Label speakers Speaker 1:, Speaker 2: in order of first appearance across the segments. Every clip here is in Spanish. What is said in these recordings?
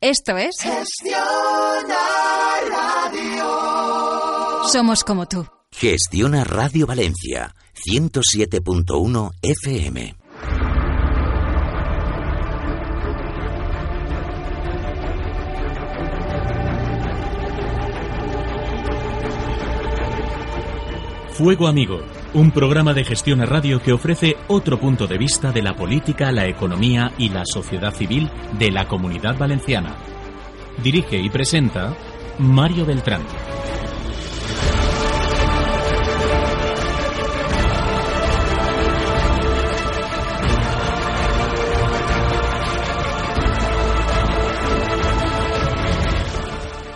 Speaker 1: Esto es. Somos como tú.
Speaker 2: Gestiona Radio Valencia, 107.1 FM.
Speaker 3: Fuego Amigo, un programa de gestión a radio que ofrece otro punto de vista de la política, la economía y la sociedad civil de la comunidad valenciana. Dirige y presenta Mario Beltrán.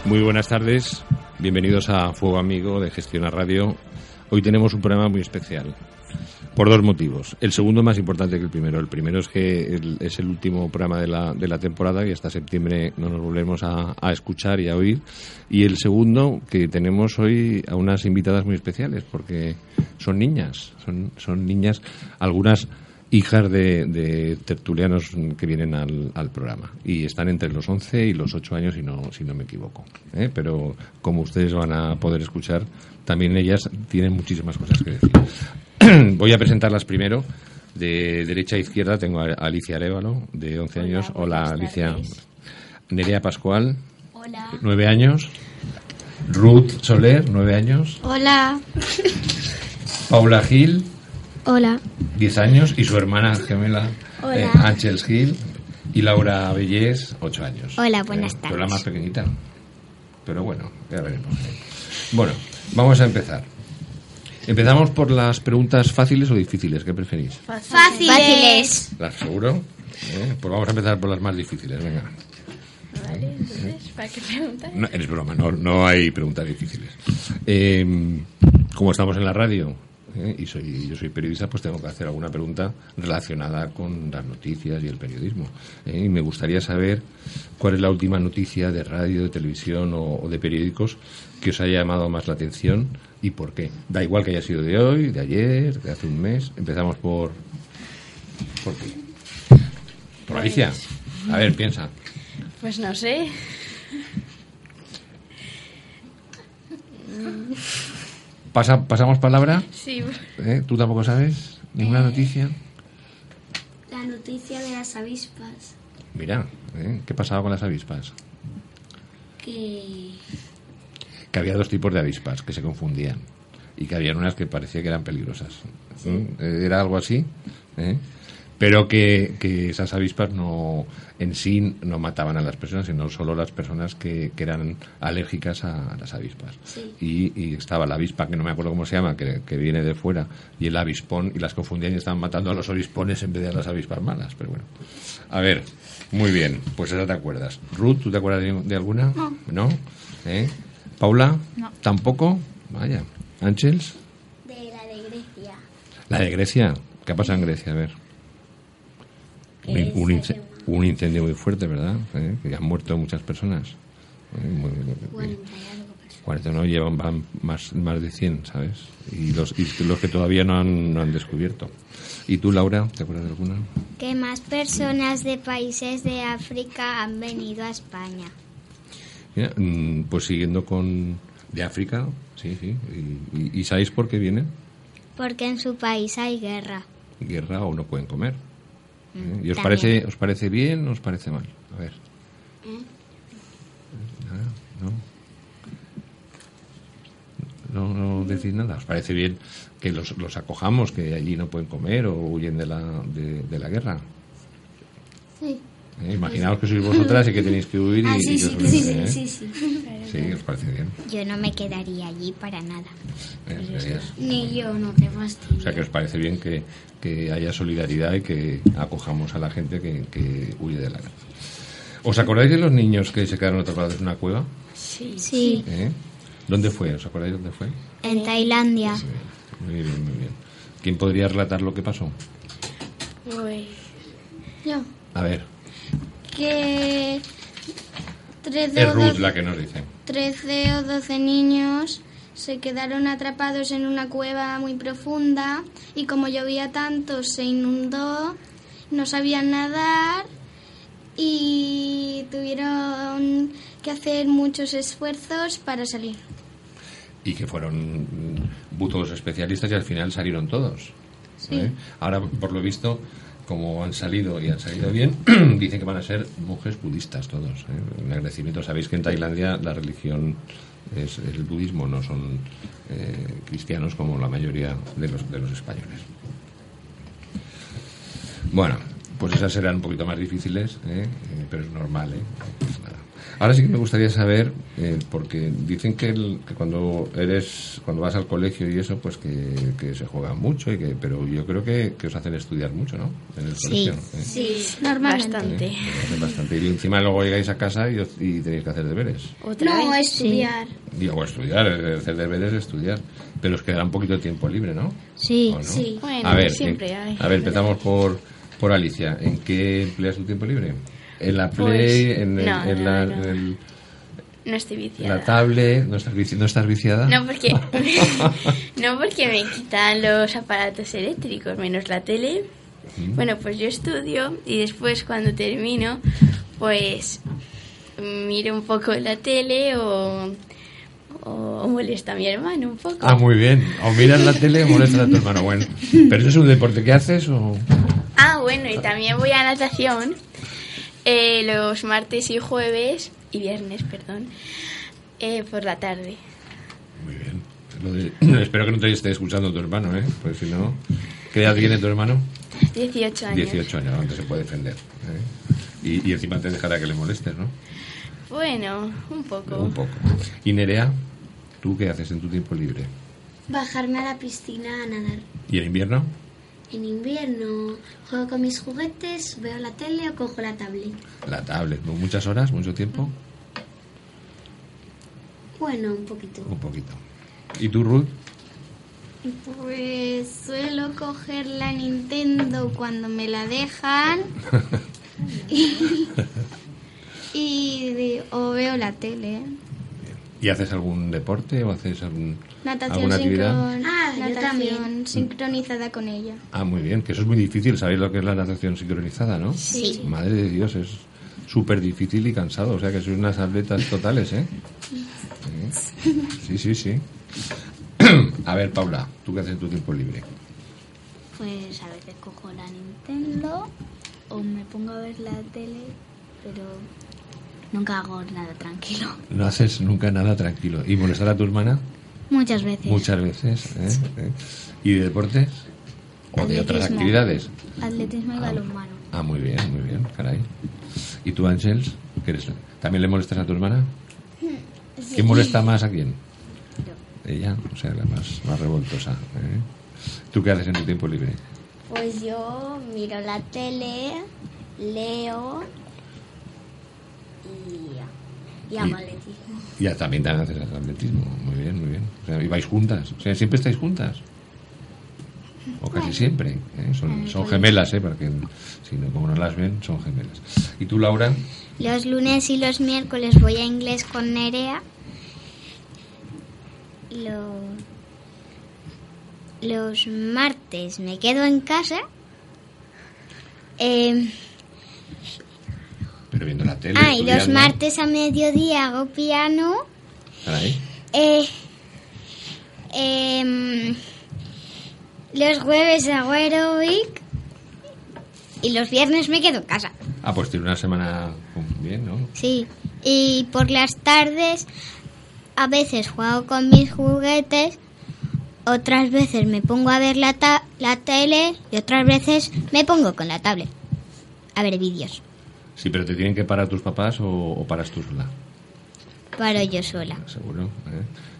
Speaker 4: Muy buenas tardes, bienvenidos a Fuego Amigo de Gestión a Radio. Hoy tenemos un programa muy especial, por dos motivos. El segundo más importante que el primero. El primero es que el- es el último programa de la, de la temporada y hasta septiembre no nos volvemos a, a escuchar y a oír. Y el segundo, que tenemos hoy a unas invitadas muy especiales, porque son niñas, son, son niñas, algunas hijas de, de tertulianos que vienen al, al programa y están entre los 11 y los 8 años si no, si no me equivoco ¿eh? pero como ustedes van a poder escuchar también ellas tienen muchísimas cosas que decir voy a presentarlas primero de derecha a izquierda tengo a Alicia Arevalo de 11 años hola Alicia Nerea Pascual
Speaker 5: Hola.
Speaker 4: 9 años Ruth Soler 9 años
Speaker 5: Hola.
Speaker 4: Paula Gil
Speaker 5: Hola.
Speaker 4: 10 años, y su hermana gemela,
Speaker 5: Hola.
Speaker 4: eh, Ángeles Gil, y Laura Bellés, 8 años.
Speaker 5: Hola, buenas
Speaker 4: Pero la
Speaker 5: tardes.
Speaker 4: más pequeñita. Pero bueno, ya veremos. Bueno, vamos a empezar. Empezamos por las preguntas fáciles o difíciles, ¿qué preferís?
Speaker 5: Fáciles.
Speaker 4: ¿Las seguro? ¿Eh? Pues vamos a empezar por las más difíciles, venga.
Speaker 6: ¿Para qué preguntas?
Speaker 4: No, es broma, no, no hay preguntas difíciles. Eh, como estamos en la radio eh, y soy, yo soy periodista, pues tengo que hacer alguna pregunta relacionada con las noticias y el periodismo. eh, y me gustaría saber cuál es la última noticia de radio, de televisión o, o de periódicos que os haya llamado más la atención y por qué. Da igual que haya sido de hoy, de ayer, de hace un mes. Empezamos por... ¿Por qué? Por Alicia. A ver, piensa.
Speaker 6: Pues no sé.
Speaker 4: Pasa- pasamos palabra.
Speaker 6: Sí.
Speaker 4: ¿Eh? ¿Tú tampoco sabes ninguna
Speaker 6: Eh.
Speaker 4: noticia?
Speaker 5: La noticia de las avispas
Speaker 4: Mira, ¿eh? ¿qué pasaba con las avispas?
Speaker 5: que
Speaker 4: Que había dos tipos de avispas que se confundían y que había unas que parecía que eran peligrosas. ¿Mm? Eh, Era algo así, ¿eh? pero que, que esas avispas no en sí no mataban a las personas, sino solo las personas que, que eran alérgicas a las avispas.
Speaker 5: Sí.
Speaker 4: Y, y estaba la avispa, que no me acuerdo cómo se llama, que, que viene de fuera, y el avispón, y las confundían y estaban matando a los avispones en vez de a las avispas malas. Pero bueno, a ver, muy bien, pues esa te acuerdas. Ruth, ¿tú te acuerdas de, de alguna? No. ¿Eh? ¿Paula?
Speaker 7: No.
Speaker 4: ¿Tampoco? Vaya. ¿Ángels?
Speaker 5: de la de Grecia.
Speaker 4: ¿La de Grecia? ¿Qué ha pasado en Grecia? A ver. Un, in- un ince- un incendio muy fuerte, ¿verdad? ¿Eh? Que han muerto muchas personas. ¿Eh? Muy- muy- Cuarenta no llevan van más, más de 100, ¿sabes? Y los, y los que todavía no han, no han descubierto. ¿Y tú, Laura, te acuerdas de alguna?
Speaker 5: Que más personas de países de África han venido a España.
Speaker 4: Mira, mm, pues siguiendo con... De África, sí, sí. ¿Y, y- y sabéis por qué vienen?
Speaker 5: Porque en su país hay guerra.
Speaker 4: Guerra o no pueden comer. ¿Eh? ¿Y os
Speaker 5: Mm. también.
Speaker 4: parece, os parece bien o os parece mal? A ver.
Speaker 5: Mm.
Speaker 4: Nada, no. No, no decís nada. ¿Os parece bien que los, los acojamos, que allí no pueden comer o huyen de la, de, de la guerra?
Speaker 5: Sí.
Speaker 4: ¿Eh? Imaginaos que sois vosotras y que tenéis que huir y,
Speaker 5: Ah,
Speaker 4: y
Speaker 5: sí,
Speaker 4: que
Speaker 5: sí,
Speaker 4: os
Speaker 5: sí,
Speaker 4: venís, ¿eh?
Speaker 5: sí, sí, sí.
Speaker 4: Sí, os parece bien.
Speaker 5: Yo no me quedaría allí para nada.
Speaker 4: Eh, ellas.
Speaker 5: Ni yo, no te
Speaker 4: O sea, que os parece bien que, que haya solidaridad y que acojamos a la gente que, que huye de la guerra. ¿Os acordáis de los niños que se quedaron atrapados en una cueva?
Speaker 6: Sí.
Speaker 8: Sí,
Speaker 4: ¿Eh? ¿Dónde fue? ¿Os acordáis dónde fue?
Speaker 8: en Tailandia.
Speaker 4: Muy bien, muy bien. ¿Quién podría relatar lo que pasó?
Speaker 6: Uy.
Speaker 8: Pues, Yo.
Speaker 4: A ver,
Speaker 8: Que tres
Speaker 4: es
Speaker 8: o
Speaker 4: Ruth
Speaker 8: doce-
Speaker 4: la que nos dice.
Speaker 8: 13 o 12 niños se quedaron atrapados en una cueva muy profunda y como llovía tanto se inundó, no sabían nadar y tuvieron que hacer muchos esfuerzos para salir.
Speaker 4: y que fueron mm, buzos especialistas y al final salieron todos. ¿eh? Ahora, por lo visto, como han salido y han salido bien, dicen que van a ser monjes budistas todos. ¿eh? Un agradecimiento. Sabéis que en Tailandia la religión es el budismo, no son eh, cristianos como la mayoría de los, de los españoles. Bueno, pues esas serán un poquito más difíciles, ¿eh? Eh, pero es normal. ¿eh? Pues nada. Ahora sí que me gustaría saber, eh, porque dicen que, el- que cuando eres, cuando vas al colegio y eso, pues que, que se juega mucho, y que, pero yo creo que, que os hacen estudiar mucho, ¿no? En el colegio. ¿eh?
Speaker 6: Sí,
Speaker 8: Normalmente.
Speaker 6: Bastante.
Speaker 4: Os hacen bastante. Y encima luego llegáis a casa y, os- y tenéis que hacer deberes.
Speaker 6: Otra vez.
Speaker 8: estudiar.
Speaker 4: Digo, estudiar, eh, hacer deberes, estudiar. Pero os quedará un poquito de tiempo libre, ¿no?
Speaker 8: Sí.
Speaker 4: ¿O no?
Speaker 6: Sí. Bueno,
Speaker 4: a ver,
Speaker 6: siempre
Speaker 4: eh,
Speaker 6: hay.
Speaker 4: a ver, empezamos por, por Alicia. ¿En qué empleas tu tiempo libre? ¿En la Play?
Speaker 6: Pues,
Speaker 4: ¿En, el-
Speaker 6: no,
Speaker 4: en
Speaker 6: no,
Speaker 4: la,
Speaker 6: no.
Speaker 4: en el-
Speaker 6: No estoy
Speaker 4: en la
Speaker 6: viciada.
Speaker 4: tablet? ¿No estás, vici- no estás viciada?
Speaker 6: No pues porque, no porque me quitan los aparatos eléctricos, menos la tele.
Speaker 4: Mm.
Speaker 6: Bueno, pues yo estudio y después cuando termino, pues miro un poco la tele o, o molesta a mi hermano un poco.
Speaker 4: Ah, muy bien. O miras la tele o molestas a tu hermano. Bueno, ¿pero eso es un deporte que haces o...?
Speaker 6: Ah, bueno, y también voy a natación eh, los martes y jueves, y viernes, perdón, eh, por la tarde.
Speaker 4: Muy bien. Lo de- Espero que no te esté escuchando tu hermano, ¿eh? Porque si no... ¿Qué edad tiene tu hermano?
Speaker 6: 18 años.
Speaker 4: 18 años, antes se puede defender. ¿eh? Y, y encima te dejará que le molestes, ¿no?
Speaker 6: Bueno, un poco.
Speaker 4: Un poco. ¿Y Nerea? ¿Tú qué haces en tu tiempo libre?
Speaker 9: Bajarme a la piscina a nadar.
Speaker 4: ¿Y en invierno?
Speaker 9: En invierno juego con mis juguetes, veo la tele o cojo la tablet.
Speaker 4: La tablet, ¿no? muchas horas, mucho tiempo,
Speaker 9: Bueno, un poquito.
Speaker 4: un poquito. ¿Y tú, Ruth?
Speaker 8: Pues suelo coger la Nintendo cuando me la dejan. y, o veo la tele.
Speaker 4: ¿Y haces algún deporte o haces algún,
Speaker 8: Natación,
Speaker 4: alguna actividad?
Speaker 8: sincron-
Speaker 9: Ah, yo
Speaker 8: natación
Speaker 9: también.
Speaker 8: sincronizada con ella.
Speaker 4: Ah, muy bien, que eso es muy difícil, ¿sabéis lo que es la natación sincronizada, no?
Speaker 8: Sí.
Speaker 4: Madre de Dios, es súper difícil y cansado, o sea que sois unas atletas totales, ¿eh? ¿Eh? Sí, sí, sí. A ver, Paula, ¿tú qué haces en tu tiempo libre?
Speaker 9: Pues a veces cojo la Nintendo o me pongo a ver la tele, pero nunca hago nada tranquilo.
Speaker 4: No haces nunca nada tranquilo. ¿Y molestar a tu hermana?
Speaker 9: Muchas veces.
Speaker 4: Muchas veces. ¿eh? ¿Eh? ¿Y de deportes? ¿O de otras
Speaker 9: Atletismo.
Speaker 4: actividades?
Speaker 9: Atletismo y balonmano.
Speaker 4: Ah, muy bien, muy bien, caray. ¿Y tú, Ángels? ¿Qué eres? ¿También le molestas a tu hermana? ¿Quién molesta más a quién? Ella, o sea, la más, más revoltosa. ¿eh? ¿Tú qué haces en tu tiempo libre?
Speaker 9: Pues yo miro la tele, leo y,
Speaker 4: hago Y-
Speaker 9: atletismo.
Speaker 4: Ya también también haces atletismo. Muy bien, muy bien. O sea, ¿Y vais juntas? O sea, ¿siempre estáis juntas? O casi siempre. ¿eh? Son,
Speaker 8: pues
Speaker 4: son gemelas, ¿eh? Porque si no, como no las ven, son gemelas. ¿Y tú, Laura?
Speaker 8: Los lunes y los miércoles voy a inglés con Nerea. Lo- Los martes me quedo en casa. Eh,
Speaker 4: Pero viendo la tele.
Speaker 8: ah, y los
Speaker 4: estudiando.
Speaker 8: martes a mediodía hago piano.
Speaker 4: Caray.
Speaker 8: Eh, em, los jueves hago aeróbic. Y los viernes me quedo en casa.
Speaker 4: Ah, pues tiene una semana con- bien, ¿no?
Speaker 8: Sí, y por las tardes a veces juego con mis juguetes, otras veces me pongo a ver la, ta- la tele y otras veces me pongo con la tablet a ver vídeos.
Speaker 4: Sí, pero te tienen que parar tus papás o, o paras tú sola,
Speaker 8: Paro yo sola.
Speaker 4: seguro. ¿eh?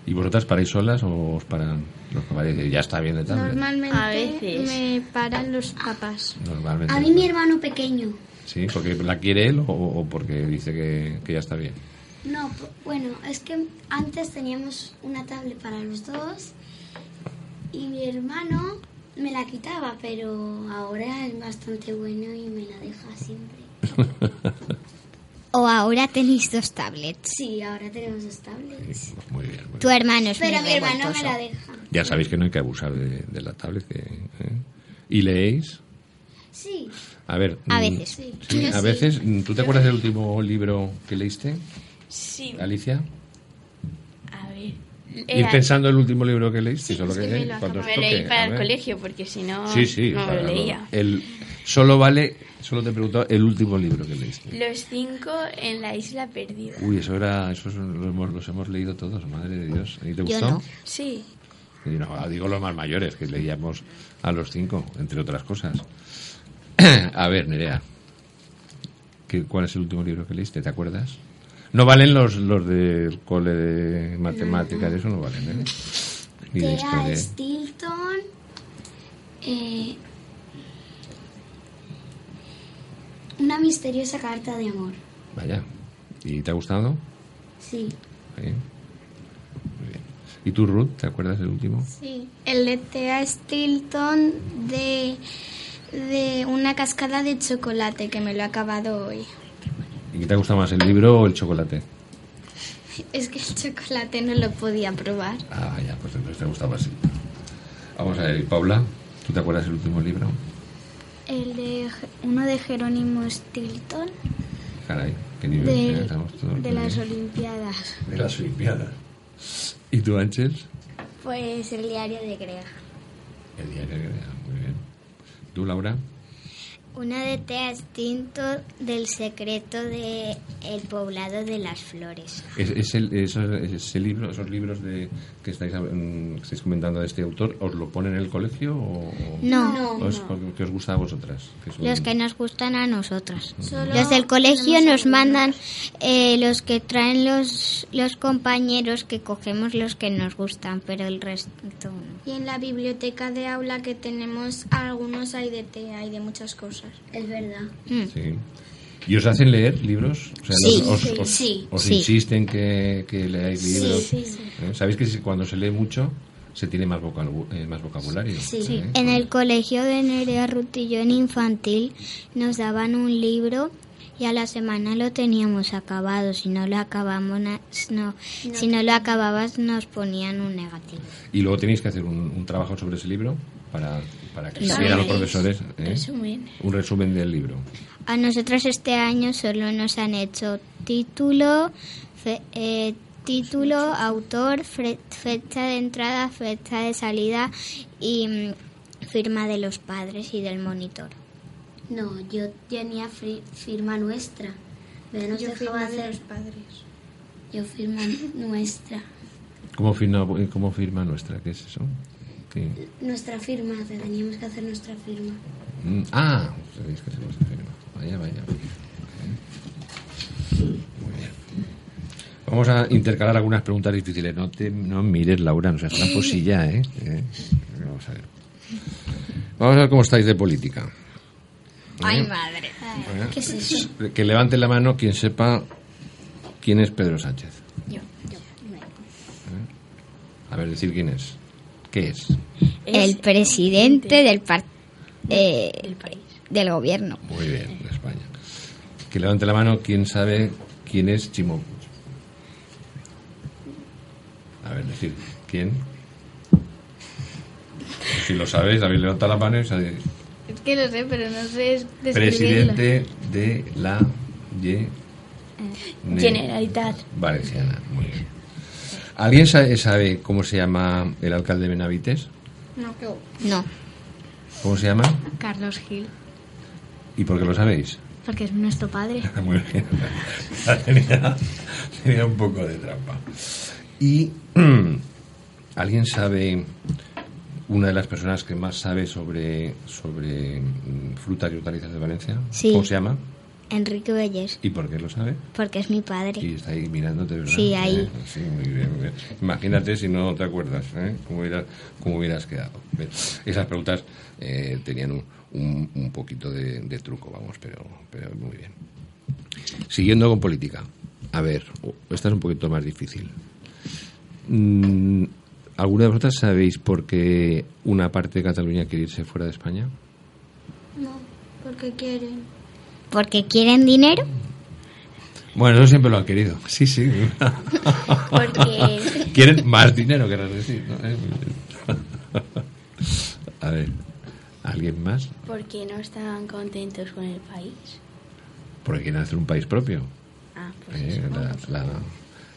Speaker 4: ¿Y vosotras paráis solas o os paran los papás y dicen, ya está bien de tablet?
Speaker 6: A veces.
Speaker 10: me paran los papás.
Speaker 4: Normalmente.
Speaker 9: A mí mi hermano pequeño
Speaker 4: ¿Sí? ¿Porque la quiere él o, o porque dice que, que ya está bien?
Speaker 10: No, p- bueno, es que antes teníamos una tablet para los dos y mi hermano me la quitaba, pero ahora es bastante bueno y me la deja siempre.
Speaker 8: O ahora tenéis dos tablets.
Speaker 10: Sí, ahora tenemos dos tablets.
Speaker 4: pues Muy bien. muy
Speaker 8: Tu
Speaker 4: bien.
Speaker 8: hermano es
Speaker 10: Pero
Speaker 8: muy
Speaker 10: mi hermano me
Speaker 8: revoltoso.
Speaker 10: la deja.
Speaker 4: Ya sabéis que no hay que abusar de, de la tablet. que- ¿eh? ¿Y leéis?
Speaker 10: Sí,
Speaker 4: A ver.
Speaker 8: A
Speaker 4: mm,
Speaker 8: veces.
Speaker 10: sí.
Speaker 4: sí,
Speaker 10: Yo
Speaker 4: a
Speaker 10: sí.
Speaker 4: veces. Mm, ¿Tú te acuerdas del último libro que leíste,
Speaker 6: Sí,
Speaker 4: Alicia?
Speaker 6: a ver.
Speaker 4: Ir
Speaker 6: Era-
Speaker 4: pensando el último libro que leíste. solo
Speaker 6: es que
Speaker 4: que-
Speaker 6: me lo
Speaker 4: cuando os
Speaker 6: acabo- me
Speaker 4: toque,
Speaker 6: leí
Speaker 4: a
Speaker 6: para el
Speaker 4: ver.
Speaker 6: colegio porque si no,
Speaker 4: Sí, sí.
Speaker 6: Ah, no me
Speaker 4: para Eh.
Speaker 6: lo
Speaker 4: lo-
Speaker 6: leía.
Speaker 4: el, solo vale, solo te he preguntado el último libro que leíste.
Speaker 6: Los cinco en la isla perdida.
Speaker 4: Uy, eso era, esos los hemos, los hemos leído todos, madre de Dios. ¿Y te
Speaker 8: Yo
Speaker 4: gustó?
Speaker 8: no.
Speaker 6: Sí,
Speaker 4: Y no, digo los más mayores, que leíamos a los cinco, entre otras cosas. a ver, Nerea, ¿qué- ¿cuál es el último libro que leíste? ¿Te acuerdas? No valen los, los del cole de matemáticas, eso no valen, ¿eh? Ni de
Speaker 10: que
Speaker 4: historia,
Speaker 10: era
Speaker 4: ¿eh?
Speaker 10: Stilton. eh, una misteriosa carta de amor.
Speaker 4: Vaya. ¿Y te ha gustado?
Speaker 10: Sí.
Speaker 4: Sí. Muy bien. ¿Y tú, Ruth, te acuerdas del último?
Speaker 5: Sí, el de T.A. Stilton de, de una cascada de chocolate que me lo he acabado hoy.
Speaker 4: ¿Y qué te ha gustado más, el libro o el chocolate?
Speaker 5: Es que el chocolate no lo podía probar.
Speaker 4: Ah, ya, pues entonces te ha gustado más. Vamos a ver, ¿y Paula, ¿tú te acuerdas del último libro?
Speaker 5: El de uno de Jerónimo Stilton
Speaker 4: Caray, qué nivel ¿eh? Estamos todos muy bien.
Speaker 5: Olimpiadas.
Speaker 4: de las Olimpiadas. ¿Y tú, Ángel?
Speaker 10: Pues el diario de Greg.
Speaker 4: El diario de Greda, muy bien. ¿Tú, Laura?
Speaker 10: Una de Tea Stinto del secreto de el poblado de las flores.
Speaker 4: ¿Es, es el, esos, ese libro, esos libros de, que, estáis, mm, que estáis comentando de este autor, os lo ponen en el colegio o, o-
Speaker 8: No,
Speaker 4: o es porque- que os gusta a vosotras? Que es un-
Speaker 8: los que nos gustan a nosotras.
Speaker 5: Solo
Speaker 8: Los del colegio
Speaker 5: tenemos algunos.
Speaker 8: nos mandan eh, los que traen los, los compañeros que cogemos los que nos gustan, pero el resto no.
Speaker 5: Y en la biblioteca de aula que tenemos algunos hay de té, hay de muchas cosas.
Speaker 10: Es verdad.
Speaker 8: Mm.
Speaker 4: Sí. ¿Y os hacen leer libros? O sea,
Speaker 8: Sí,
Speaker 4: os,
Speaker 8: sí,
Speaker 4: os-
Speaker 8: sí,
Speaker 4: os
Speaker 8: sí.
Speaker 4: insisten que, que leáis libros.
Speaker 10: sí, sí.
Speaker 4: ¿Eh? Sabéis que si- cuando se lee mucho se tiene más, vocabu- eh, más vocabulario.
Speaker 10: Sí.
Speaker 4: ¿eh?
Speaker 8: En el colegio de Nerea Rutillón infantil nos daban un libro y a la semana lo teníamos acabado. Si no lo acabamos, na- no, si no lo acababas nos ponían un negativo.
Speaker 4: Y luego tenéis que hacer un, un trabajo sobre ese libro para, para que se vieran los profesores. ¿eh?
Speaker 6: resumen.
Speaker 4: Un resumen del libro.
Speaker 8: A nosotros este año solo nos han hecho título, fe- eh, título, autor, fre- fecha de entrada, fecha de salida y mm, firma de los padres y del monitor.
Speaker 10: No, yo tenía fri- firma nuestra. Pero no
Speaker 5: Yo
Speaker 10: dejaba
Speaker 5: firma de
Speaker 10: hacer.
Speaker 5: los padres.
Speaker 10: Yo firma nuestra.
Speaker 4: ¿Cómo firma, cómo firma nuestra? ¿Qué es eso? ¿Qué?
Speaker 10: Nuestra firma, que teníamos que hacer nuestra firma.
Speaker 4: Mm, Ah, tenéis que hacer vuestra firma. Vaya, vaya. Ok. Muy bien. Vamos a intercalar algunas preguntas difíciles. No te no mires, Laura, no seas tramposilla, ¿eh? ¿Eh? Vamos a ver. Vamos a ver cómo estáis de política.
Speaker 1: Ay, madre.
Speaker 4: ¿Eh? Que levante la mano quien sepa quién es Pedro Sánchez. ¿Eh?
Speaker 6: Yo.
Speaker 4: A ver, decir quién es. ¿Qué es?
Speaker 8: El presidente del par- eh,
Speaker 6: del país.
Speaker 8: del gobierno.
Speaker 4: Muy bien, de España. Que levante la mano quien sabe quién es Chimo. A ver, decir, ¿quién? Si lo sabéis, habéis levantado la mano y sabéis.
Speaker 5: Es que lo sé, pero no sé
Speaker 4: Presidente de la Ye- Ne-
Speaker 6: Generalitat.
Speaker 4: Valenciana. Muy bien. ¿Alguien sa- sabe cómo se llama el alcalde de Benavites?
Speaker 5: No, que
Speaker 8: No.
Speaker 4: ¿Cómo se llama?
Speaker 7: Carlos Gil,
Speaker 4: ¿Y por qué lo sabéis?
Speaker 7: porque es nuestro padre.
Speaker 4: Muy bien. tenía, tenía un poco de trampa. ¿Y alguien sabe, una de las personas que más sabe sobre, sobre mm, frutas y hortalizas de Valencia?
Speaker 8: Sí.
Speaker 4: ¿Cómo se llama?
Speaker 8: Enrique Belles,
Speaker 4: ¿Y por qué lo sabe?
Speaker 8: porque es mi padre.
Speaker 4: Y está ahí mirándote, ¿verdad?
Speaker 8: Sí, ahí.
Speaker 4: Eh, Sí, muy bien, muy bien. Imagínate si no te acuerdas, ¿eh? ¿Cómo hubieras, cómo hubieras quedado? Bien. Esas preguntas eh, tenían un, un, un poquito de, de, truco, vamos, pero, pero muy bien. Siguiendo con política. A ver, oh, esta es un poquito más difícil. Mm, ¿Alguna de vosotras sabéis por qué una parte de Cataluña quiere irse fuera de España?
Speaker 10: No, porque quieren.
Speaker 8: ¿Porque quieren dinero?
Speaker 4: Bueno, eso siempre lo han querido. Sí, sí.
Speaker 6: Porque...
Speaker 4: Quieren más dinero, querrás decir. ¿no? A ver, ¿alguien más?
Speaker 6: Porque no estaban contentos con el país.
Speaker 4: Porque quieren hacer un país propio.
Speaker 6: Ah, pues
Speaker 4: ¿Eh?
Speaker 6: eso,
Speaker 4: la,
Speaker 6: pues
Speaker 4: la,
Speaker 6: eso.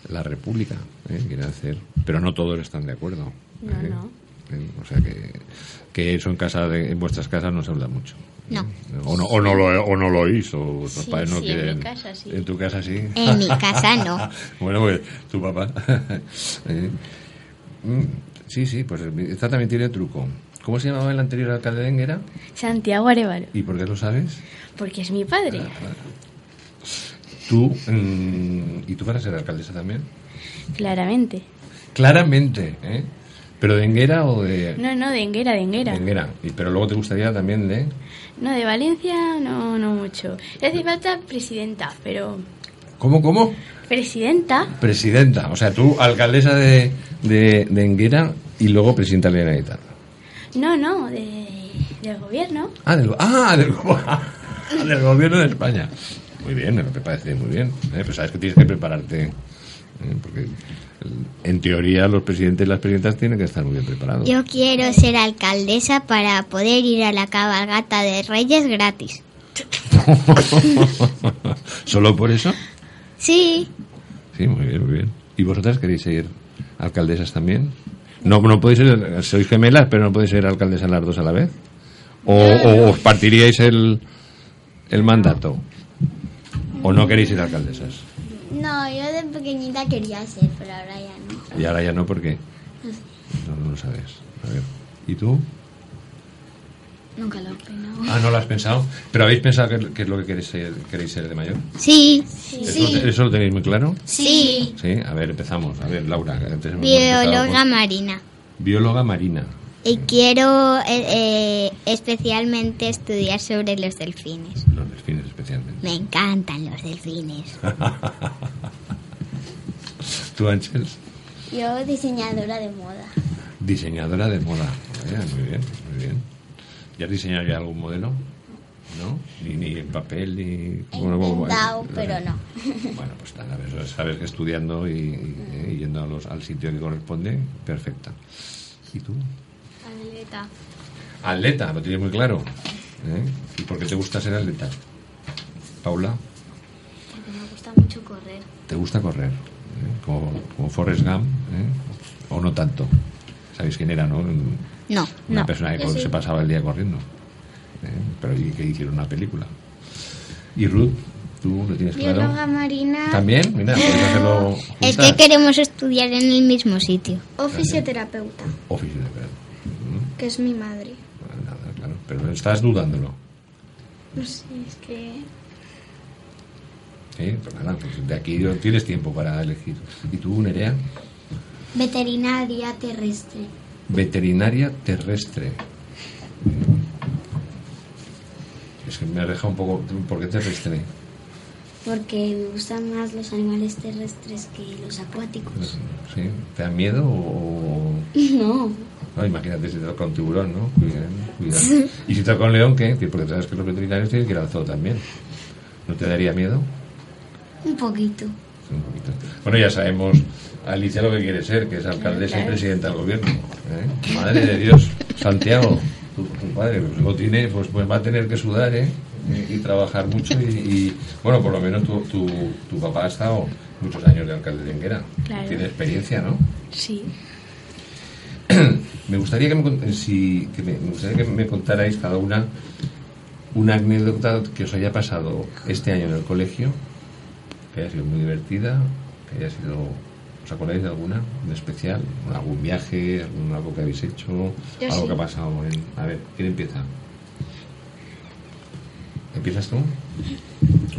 Speaker 4: la república ¿eh? quieren hacer. Pero no todos están de acuerdo.
Speaker 6: No,
Speaker 4: ¿eh?
Speaker 6: no.
Speaker 4: ¿Eh? O sea que, que eso en, casa de- en vuestras casas no se habla mucho.
Speaker 8: No.
Speaker 4: O no, o no, lo, o no lo hizo. o Los
Speaker 6: Sí,
Speaker 4: padres no
Speaker 6: sí, en
Speaker 4: quieren.
Speaker 6: mi casa sí.
Speaker 4: En tu casa sí.
Speaker 8: En mi casa no.
Speaker 4: bueno, pues tu papá. Eh, mm, sí, sí, pues esta también tiene truco. ¿Cómo se llamaba el anterior alcalde de Enguera?
Speaker 6: Santiago Arevalo.
Speaker 4: ¿Y por qué lo sabes?
Speaker 6: Porque es mi padre.
Speaker 4: Ah. Tú, mm, ¿y tú vas a ser alcaldesa también?
Speaker 6: Claramente.
Speaker 4: Claramente, ¿eh? ¿Pero de Enguera o de...?
Speaker 6: No, no, de Enguera, de Enguera.
Speaker 4: de Enguera. Y- Pero luego te gustaría también de...
Speaker 6: No, de Valencia no, no mucho. Le hace falta presidenta, pero...
Speaker 4: ¿Cómo, cómo?
Speaker 6: ¿Presidenta?
Speaker 4: Presidenta. O sea, tú alcaldesa de, de, de Enguera y luego presidenta de la Generalitat.
Speaker 6: No, no, de, del gobierno.
Speaker 4: Ah, del, ah, del, go- del gobierno de España. Muy bien, me lo parece muy bien. ¿eh? Pero sabes que tienes que prepararte. ¿eh? Porque el- en teoría los presidentes y las presidentas tienen que estar muy bien preparados.
Speaker 8: Yo quiero ser alcaldesa para poder ir a la cabalgata de Reyes gratis.
Speaker 4: ¿Solo por eso?
Speaker 8: Sí,
Speaker 4: Sí, muy bien, muy bien. ¿Y vosotras queréis ser alcaldesas también? No, no podéis ser, sois gemelas, pero no podéis ser alcaldesas las dos a la vez. ¿O, o os partiríais el, el mandato? ¿O no queréis ser alcaldesas?
Speaker 10: No, yo de pequeñita quería ser, pero ahora ya no.
Speaker 4: Y ahora ya no, ¿por qué? No, no lo sabes. A ver. ¿Y tú?
Speaker 10: Nunca lo he opinado.
Speaker 4: Ah, no lo has pensado. ¿Pero habéis pensado qué qué es lo que queréis ser, queréis ser de mayor?
Speaker 8: sí,
Speaker 4: ¿Eso, lo te- ¿Eso lo tenéis muy claro?
Speaker 8: sí.
Speaker 4: Sí. A ver, empezamos. A ver, Laura. que antes hemos empezado
Speaker 8: Bióloga
Speaker 4: con-
Speaker 8: marina.
Speaker 4: Bióloga marina.
Speaker 8: Y quiero eh, eh, especialmente estudiar sobre los delfines.
Speaker 4: Los delfines especialmente.
Speaker 8: Me encantan los delfines.
Speaker 4: Tú, Ángeles,
Speaker 10: Yo diseñadora de moda.
Speaker 4: diseñadora de moda. Eh, muy bien, muy bien. ¿Ya has diseñado ya algún modelo? ¿No? Ni, ni en papel, ni... bueno, bueno, bueno.
Speaker 10: intentado, pero no.
Speaker 4: Bueno, pues nada, eso sabes que estudiando y, y, eh, y yendo a los- al sitio que corresponde, perfecta. ¿Y tú?
Speaker 7: Atleta.
Speaker 4: Atleta, lo tienes muy claro. ¿eh? ¿Y por qué te gusta ser atleta? Paula,
Speaker 7: Porque me gusta mucho correr.
Speaker 4: ¿te gusta correr? ¿eh? Como, como Forrest Gump, ¿eh? ¿o no tanto? ¿Sabéis quién era, no?
Speaker 8: No,
Speaker 4: Una
Speaker 8: no.
Speaker 4: persona que cor- se pasaba el día corriendo. ¿eh? Pero y que hicieron una película. Y Ruth, tú lo tienes Pues claro.
Speaker 5: Bióloga marina
Speaker 4: También, mira, puedes hacerlo
Speaker 8: Es
Speaker 4: juntas.
Speaker 8: que queremos estudiar en el mismo sitio.
Speaker 5: o fisioterapeuta,
Speaker 4: O fisioterapeuta. Mm,
Speaker 5: que es mi madre.
Speaker 4: bueno, nada, claro. Pero estás dudándolo.
Speaker 5: No sé, es que...
Speaker 4: ¿eh? Pero nada, pues de aquí no tienes tiempo para elegir. ¿Y tú, Nerea?
Speaker 10: Veterinaria terrestre.
Speaker 4: Veterinaria terrestre. Es que me ha dejado un poco... ¿Por qué terrestre?
Speaker 10: Porque me gustan más los animales terrestres que los acuáticos.
Speaker 4: ¿Sí? ¿Te da miedo o...?
Speaker 10: No.
Speaker 4: No, imagínate si te toca un tiburón, ¿no? Cuidado, cuidado. Y si te toca un león, ¿qué? Que Porque sabes que los veterinarios tienen que ir al zoo también. ¿No te daría miedo?
Speaker 10: Un poquito.
Speaker 4: Un poquito. Bueno, ya sabemos, Alicia, lo que quiere ser, que es alcaldesa y presidenta del gobierno. ¿eh? Madre de Dios, Santiago, tu, tu padre, pues, lo tiene, pues, pues va a tener que sudar, ¿eh? Y, y trabajar mucho. Y, y, bueno, por lo menos tu, tu, tu papá ha estado muchos años de alcalde de Enguera.
Speaker 6: Claro.
Speaker 4: Tiene experiencia, ¿no?
Speaker 6: Sí.
Speaker 4: Me gustaría que me, cont- eh, si, que me, me gustaría que me contarais cada una una anécdota que os haya pasado este año en el colegio, que haya sido muy divertida, que haya sido... ¿Os acordáis de alguna en especial? ¿Algún viaje? algún- ¿Algo que habéis hecho?
Speaker 6: Yo
Speaker 4: ¿Algo
Speaker 6: sí.
Speaker 4: que ha pasado? en- A ver, ¿quién empieza? ¿Empiezas tú?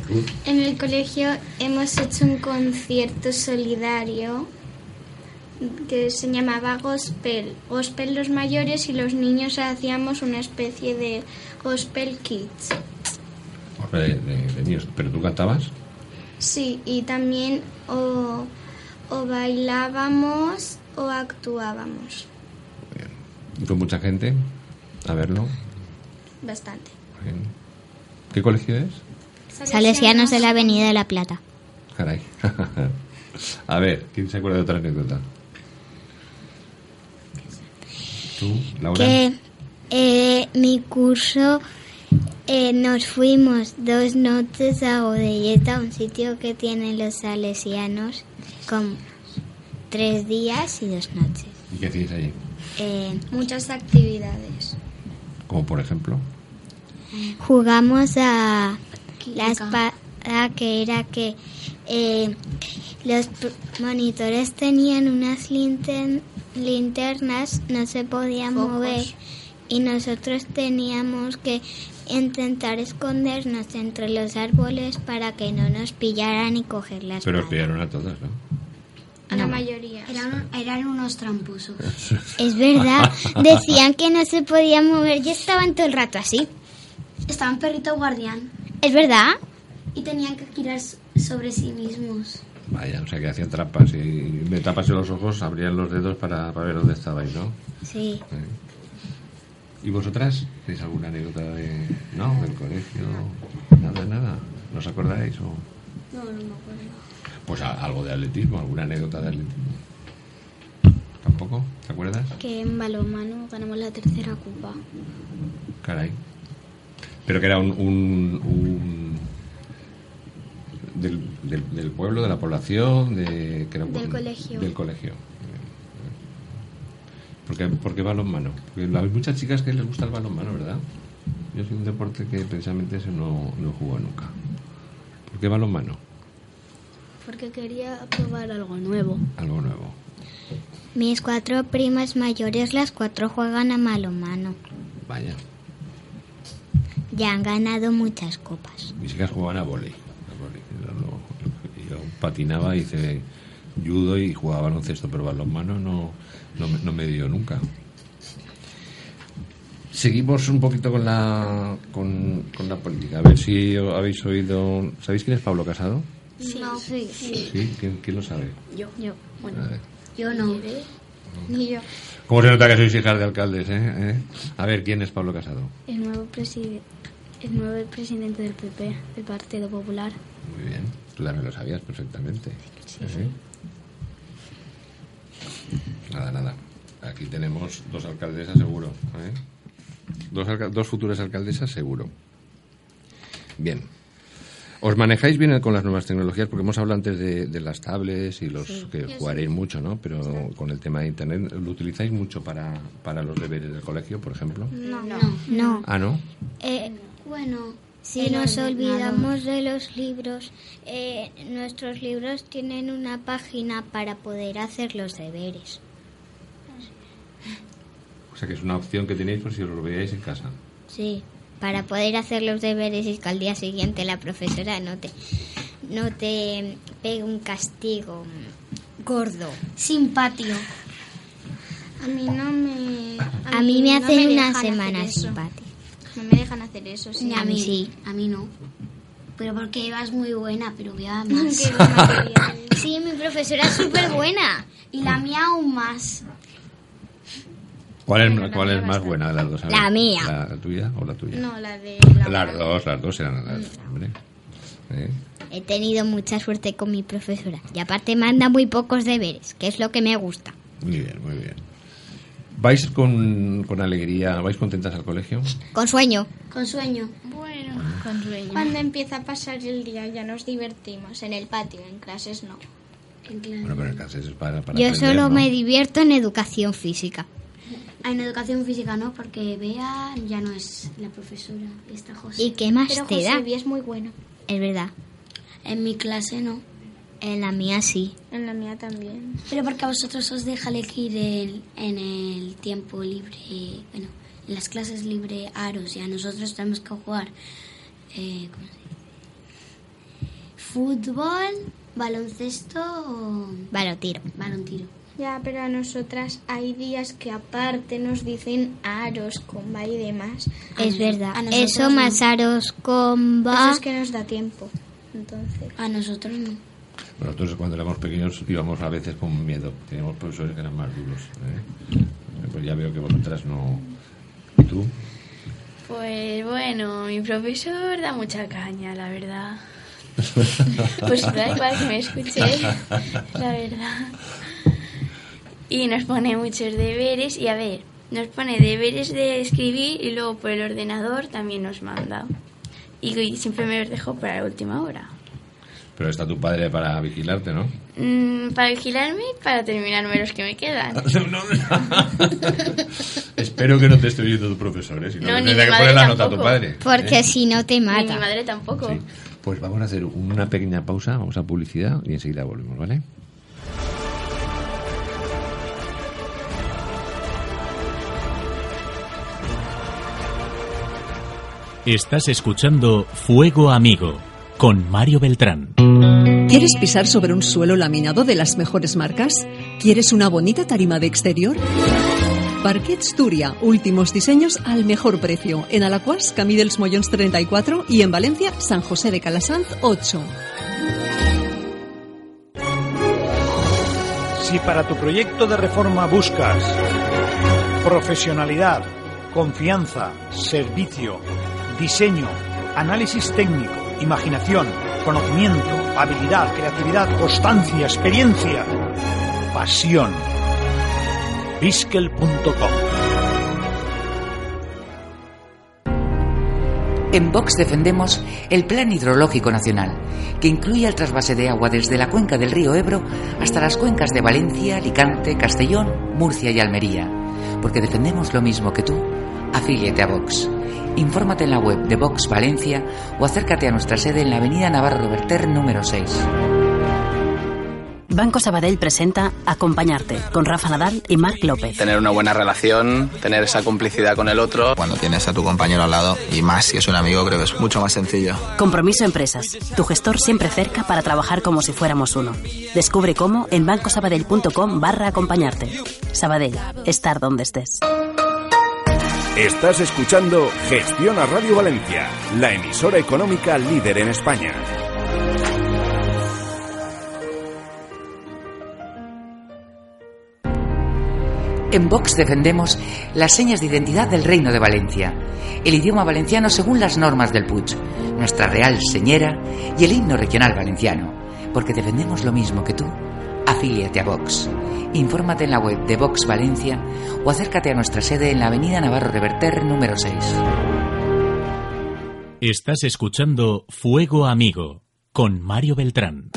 Speaker 4: Ruth.
Speaker 5: En el colegio hemos hecho un concierto solidario que se llamaba gospel. Gospel los mayores y los niños hacíamos una especie de gospel kids.
Speaker 4: Hombre, de- de- de niños. ¿Pero tú cantabas?
Speaker 5: Sí, y también o, o bailábamos o actuábamos
Speaker 4: ¿Y fue mucha gente a verlo?
Speaker 5: bastante.
Speaker 4: Bien. ¿Qué colegio es?
Speaker 8: Salesianos de la Avenida de la Plata.
Speaker 4: Caray. a ver, ¿quién se acuerda de otra anécdota? ¿Tú, Laura?
Speaker 8: Que eh, mi curso eh, nos fuimos dos noches a Godelleta, un sitio que tienen los salesianos, con tres días y dos noches.
Speaker 4: ¿Y qué hacíais allí?
Speaker 8: Eh,
Speaker 5: Muchas actividades.
Speaker 4: Como por ejemplo.
Speaker 8: jugamos a la espada que era que eh, los pr- monitores tenían unas linten- linternas, no se podían
Speaker 5: Focos.
Speaker 8: mover y nosotros teníamos que intentar escondernos entre los árboles para que no nos pillaran y coger las
Speaker 4: Pero os pillaron a todos, ¿no?
Speaker 5: A la mayoría.
Speaker 10: Eran, eran unos tramposos.
Speaker 8: Es verdad, decían que no se podían mover y estaban todo el rato así.
Speaker 10: Estaban perrito guardián
Speaker 8: Es verdad,
Speaker 10: y tenían que girar so- sobre sí mismos.
Speaker 4: Vaya, o sea que hacían trampas y me tapase los ojos, abrían los dedos para, para ver dónde estabais, ¿no? ¿Eh?
Speaker 8: sí.
Speaker 4: ¿Y vosotras? ¿Tenéis alguna anécdota de... No, del colegio? Nada, nada. ¿No os acordáis? O...
Speaker 10: No, no me acuerdo.
Speaker 4: Pues a- algo de atletismo, alguna anécdota de atletismo. ¿Tampoco? ¿Te acuerdas?
Speaker 7: Que en balonmano ganamos la tercera copa.
Speaker 4: Caray. Pero que era un... un- un- Del, del- del pueblo, de la población, de, que era un-
Speaker 7: Del colegio.
Speaker 4: Del colegio. ¿Por qué, por qué balonmano? Porque hay muchas chicas que les gusta el balonmano, ¿verdad? Yo soy un deporte que precisamente ese no, no jugó nunca. ¿Por qué balonmano?
Speaker 7: Porque quería probar algo nuevo.
Speaker 4: Algo nuevo.
Speaker 8: Mis cuatro primas mayores, las cuatro juegan a malomano.
Speaker 4: Vaya.
Speaker 8: Ya han ganado muchas copas.
Speaker 4: Mis hijas jugaban a volei. a volei, era lo- y yo patinaba, hice judo y jugaba baloncesto, pero balonmano no, no, me- no me dio nunca. Seguimos un poquito con la, con, con la política. A ver si habéis oído... ¿Sabéis quién es Pablo Casado?
Speaker 10: No,
Speaker 4: ¿Sí? ¿Quién, quién lo sabe?
Speaker 6: Yo.
Speaker 4: A ver.
Speaker 10: yo no.
Speaker 5: Ni yo.
Speaker 4: ¿Cómo se nota que sois hijas de alcaldes, eh? ¿Eh? A ver, ¿quién es Pablo Casado?
Speaker 7: El nuevo, preside- el nuevo presidente del PP, del Partido Popular.
Speaker 4: Muy bien. Tú también lo sabías perfectamente. ¿Eh? Nada, nada. Aquí tenemos dos alcaldesas seguro. ¿eh? Dos, alca- dos futuras alcaldesas seguro. Bien. ¿Os manejáis bien con las nuevas tecnologías? Porque hemos hablado antes de, de las tablets y los que jugaréis mucho, ¿no? Pero con el tema de Internet, ¿lo utilizáis mucho para, para los deberes del colegio, por ejemplo?
Speaker 5: No, no.
Speaker 8: No.
Speaker 4: Ah, ¿no?
Speaker 8: Eh,
Speaker 10: Bueno,
Speaker 8: si
Speaker 10: El
Speaker 8: nos
Speaker 10: ordenador.
Speaker 8: olvidamos de los libros, eh, nuestros libros tienen una página para poder hacer los deberes.
Speaker 4: O sea que es una opción que tenéis por si os lo veáis en casa.
Speaker 8: Sí, para poder hacer los deberes y que al día siguiente la profesora no te, no te pegue un castigo gordo.
Speaker 10: sin patio.
Speaker 5: A mí no me.
Speaker 8: A mí me
Speaker 5: no
Speaker 8: hacen
Speaker 5: dejan
Speaker 8: una
Speaker 5: hacer
Speaker 8: semana
Speaker 5: eso.
Speaker 8: sin patio.
Speaker 5: No me dejan hacer eso, sí.
Speaker 8: A mí sí.
Speaker 10: A mí no. Pero porque ibas muy buena, pero iba más.
Speaker 5: Que no quería ir.
Speaker 8: Sí, mi profesora es súper buena.
Speaker 10: Y la mía aún más.
Speaker 4: ¿Cuál es, cuál es más buena de las dos? A
Speaker 8: La
Speaker 4: ver,
Speaker 8: mía.
Speaker 4: ¿La, la tuya o la tuya?
Speaker 5: No, la Mm. de.
Speaker 4: Las dos, las dos eran las hombre. ¿Eh?
Speaker 8: He tenido mucha suerte con mi profesora y aparte manda muy pocos deberes, que es lo que me gusta.
Speaker 4: Muy bien, muy bien. ¿Vais con, con alegría, vais contentas al colegio?
Speaker 8: Con sueño.
Speaker 10: Con sueño.
Speaker 6: Bueno, con sueño.
Speaker 5: Cuando empieza a pasar el día ya nos divertimos. En el patio, en clases no.
Speaker 10: En clase.
Speaker 4: Bueno, pero el caso es para, para
Speaker 8: Yo
Speaker 4: aprender,
Speaker 8: solo
Speaker 4: ¿no?
Speaker 8: me divierto en educación física.
Speaker 10: En educación física no, porque Bea ya no es la profesora, está José.
Speaker 8: ¿Y qué más
Speaker 5: Pero
Speaker 8: te
Speaker 5: José
Speaker 8: da?
Speaker 5: Luis es muy bueno.
Speaker 8: Es verdad.
Speaker 10: En mi clase no.
Speaker 8: En la mía sí.
Speaker 5: En la mía también.
Speaker 10: Pero porque a vosotros os deja elegir el- en el tiempo libre, bueno, en las clases libre aros y a nosotros tenemos que jugar eh, ¿cómo se dice? fútbol, baloncesto o
Speaker 8: Balotiro.
Speaker 10: balón tiro.
Speaker 5: Ya, pero a nosotras hay días que aparte nos dicen aros, comba y demás.
Speaker 8: Es
Speaker 5: A no-
Speaker 8: verdad.
Speaker 5: a nosotros
Speaker 8: Eso
Speaker 5: no.
Speaker 8: más aros comba.
Speaker 5: Eso es que nos da tiempo. Entonces.
Speaker 10: A nosotros no.
Speaker 4: Nosotros cuando éramos pequeños íbamos a veces con miedo. Teníamos profesores que eran más duros. ¿eh? Pues ya veo que vosotras no. ¿Y tú?
Speaker 6: Pues bueno, mi profesor da mucha caña, la verdad. Pues da igual que me escuche, la verdad. Y nos pone muchos deberes y a ver, nos pone deberes de escribir y luego por el ordenador también nos manda. Y y siempre me los dejo para la última hora.
Speaker 4: Pero está tu padre para vigilarte, ¿no?
Speaker 6: Mm, para vigilarme y para terminarme los que me quedan.
Speaker 4: Espero que no te esté viendo tu profesor, ¿eh? Si no,
Speaker 6: No,
Speaker 4: le
Speaker 6: ni
Speaker 4: tendrá
Speaker 6: mi
Speaker 4: que
Speaker 6: madre
Speaker 4: poner la nota a tu
Speaker 6: tampoco.
Speaker 4: padre.
Speaker 8: Porque
Speaker 4: ¿eh?
Speaker 8: si no te
Speaker 6: Ni mi
Speaker 8: mata.
Speaker 6: madre tampoco.
Speaker 4: Sí. Pues vamos a hacer una pequeña pausa, vamos a publicidad y enseguida volvemos, ¿vale?
Speaker 3: Estás escuchando Fuego Amigo con Mario Beltrán.
Speaker 11: ¿Quieres pisar sobre un suelo laminado de las mejores marcas? ¿Quieres una bonita tarima de exterior? Parquets Turia, últimos diseños al mejor precio. En Alacuas, Camí dels Mollons 34 y en Valencia, San José de Calasanz 8.
Speaker 12: Si para tu proyecto de reforma buscas profesionalidad, confianza, servicio, diseño, análisis técnico, imaginación, conocimiento, habilidad, creatividad, constancia, experiencia, pasión, biskel.com.
Speaker 13: En Vox defendemos el Plan Hidrológico Nacional, que incluye el trasvase de agua desde la cuenca del río Ebro hasta las cuencas de Valencia, Alicante, Castellón, Murcia y Almería. Porque defendemos lo mismo que tú. Afíliate a Vox. Infórmate en la web de Vox Valencia o acércate a nuestra sede en la avenida Navarro Roberter número 6.
Speaker 14: Banco Sabadell presenta Acompañarte con Rafa Nadal y Marc López.
Speaker 15: tener una buena relación, tener esa complicidad con el otro. Cuando tienes a tu compañero al lado, y más si es un amigo, creo que es mucho más sencillo.
Speaker 14: Compromiso Empresas, tu gestor siempre cerca para trabajar como si fuéramos uno. Descubre cómo en bancosabadell.com barra acompañarte. Sabadell, estar donde estés.
Speaker 16: Estás escuchando Gestiona Radio Valencia, la emisora económica líder en España.
Speaker 13: En Vox defendemos las señas de identidad del Reino de Valencia, el idioma valenciano según las normas del Puig, nuestra real señera y el himno regional valenciano, porque defendemos lo mismo que tú. Afíliate a Vox. Infórmate en la web de Vox Valencia o acércate a nuestra sede en la avenida Navarro Reverter número 6.
Speaker 3: Estás escuchando Fuego Amigo con Mario Beltrán.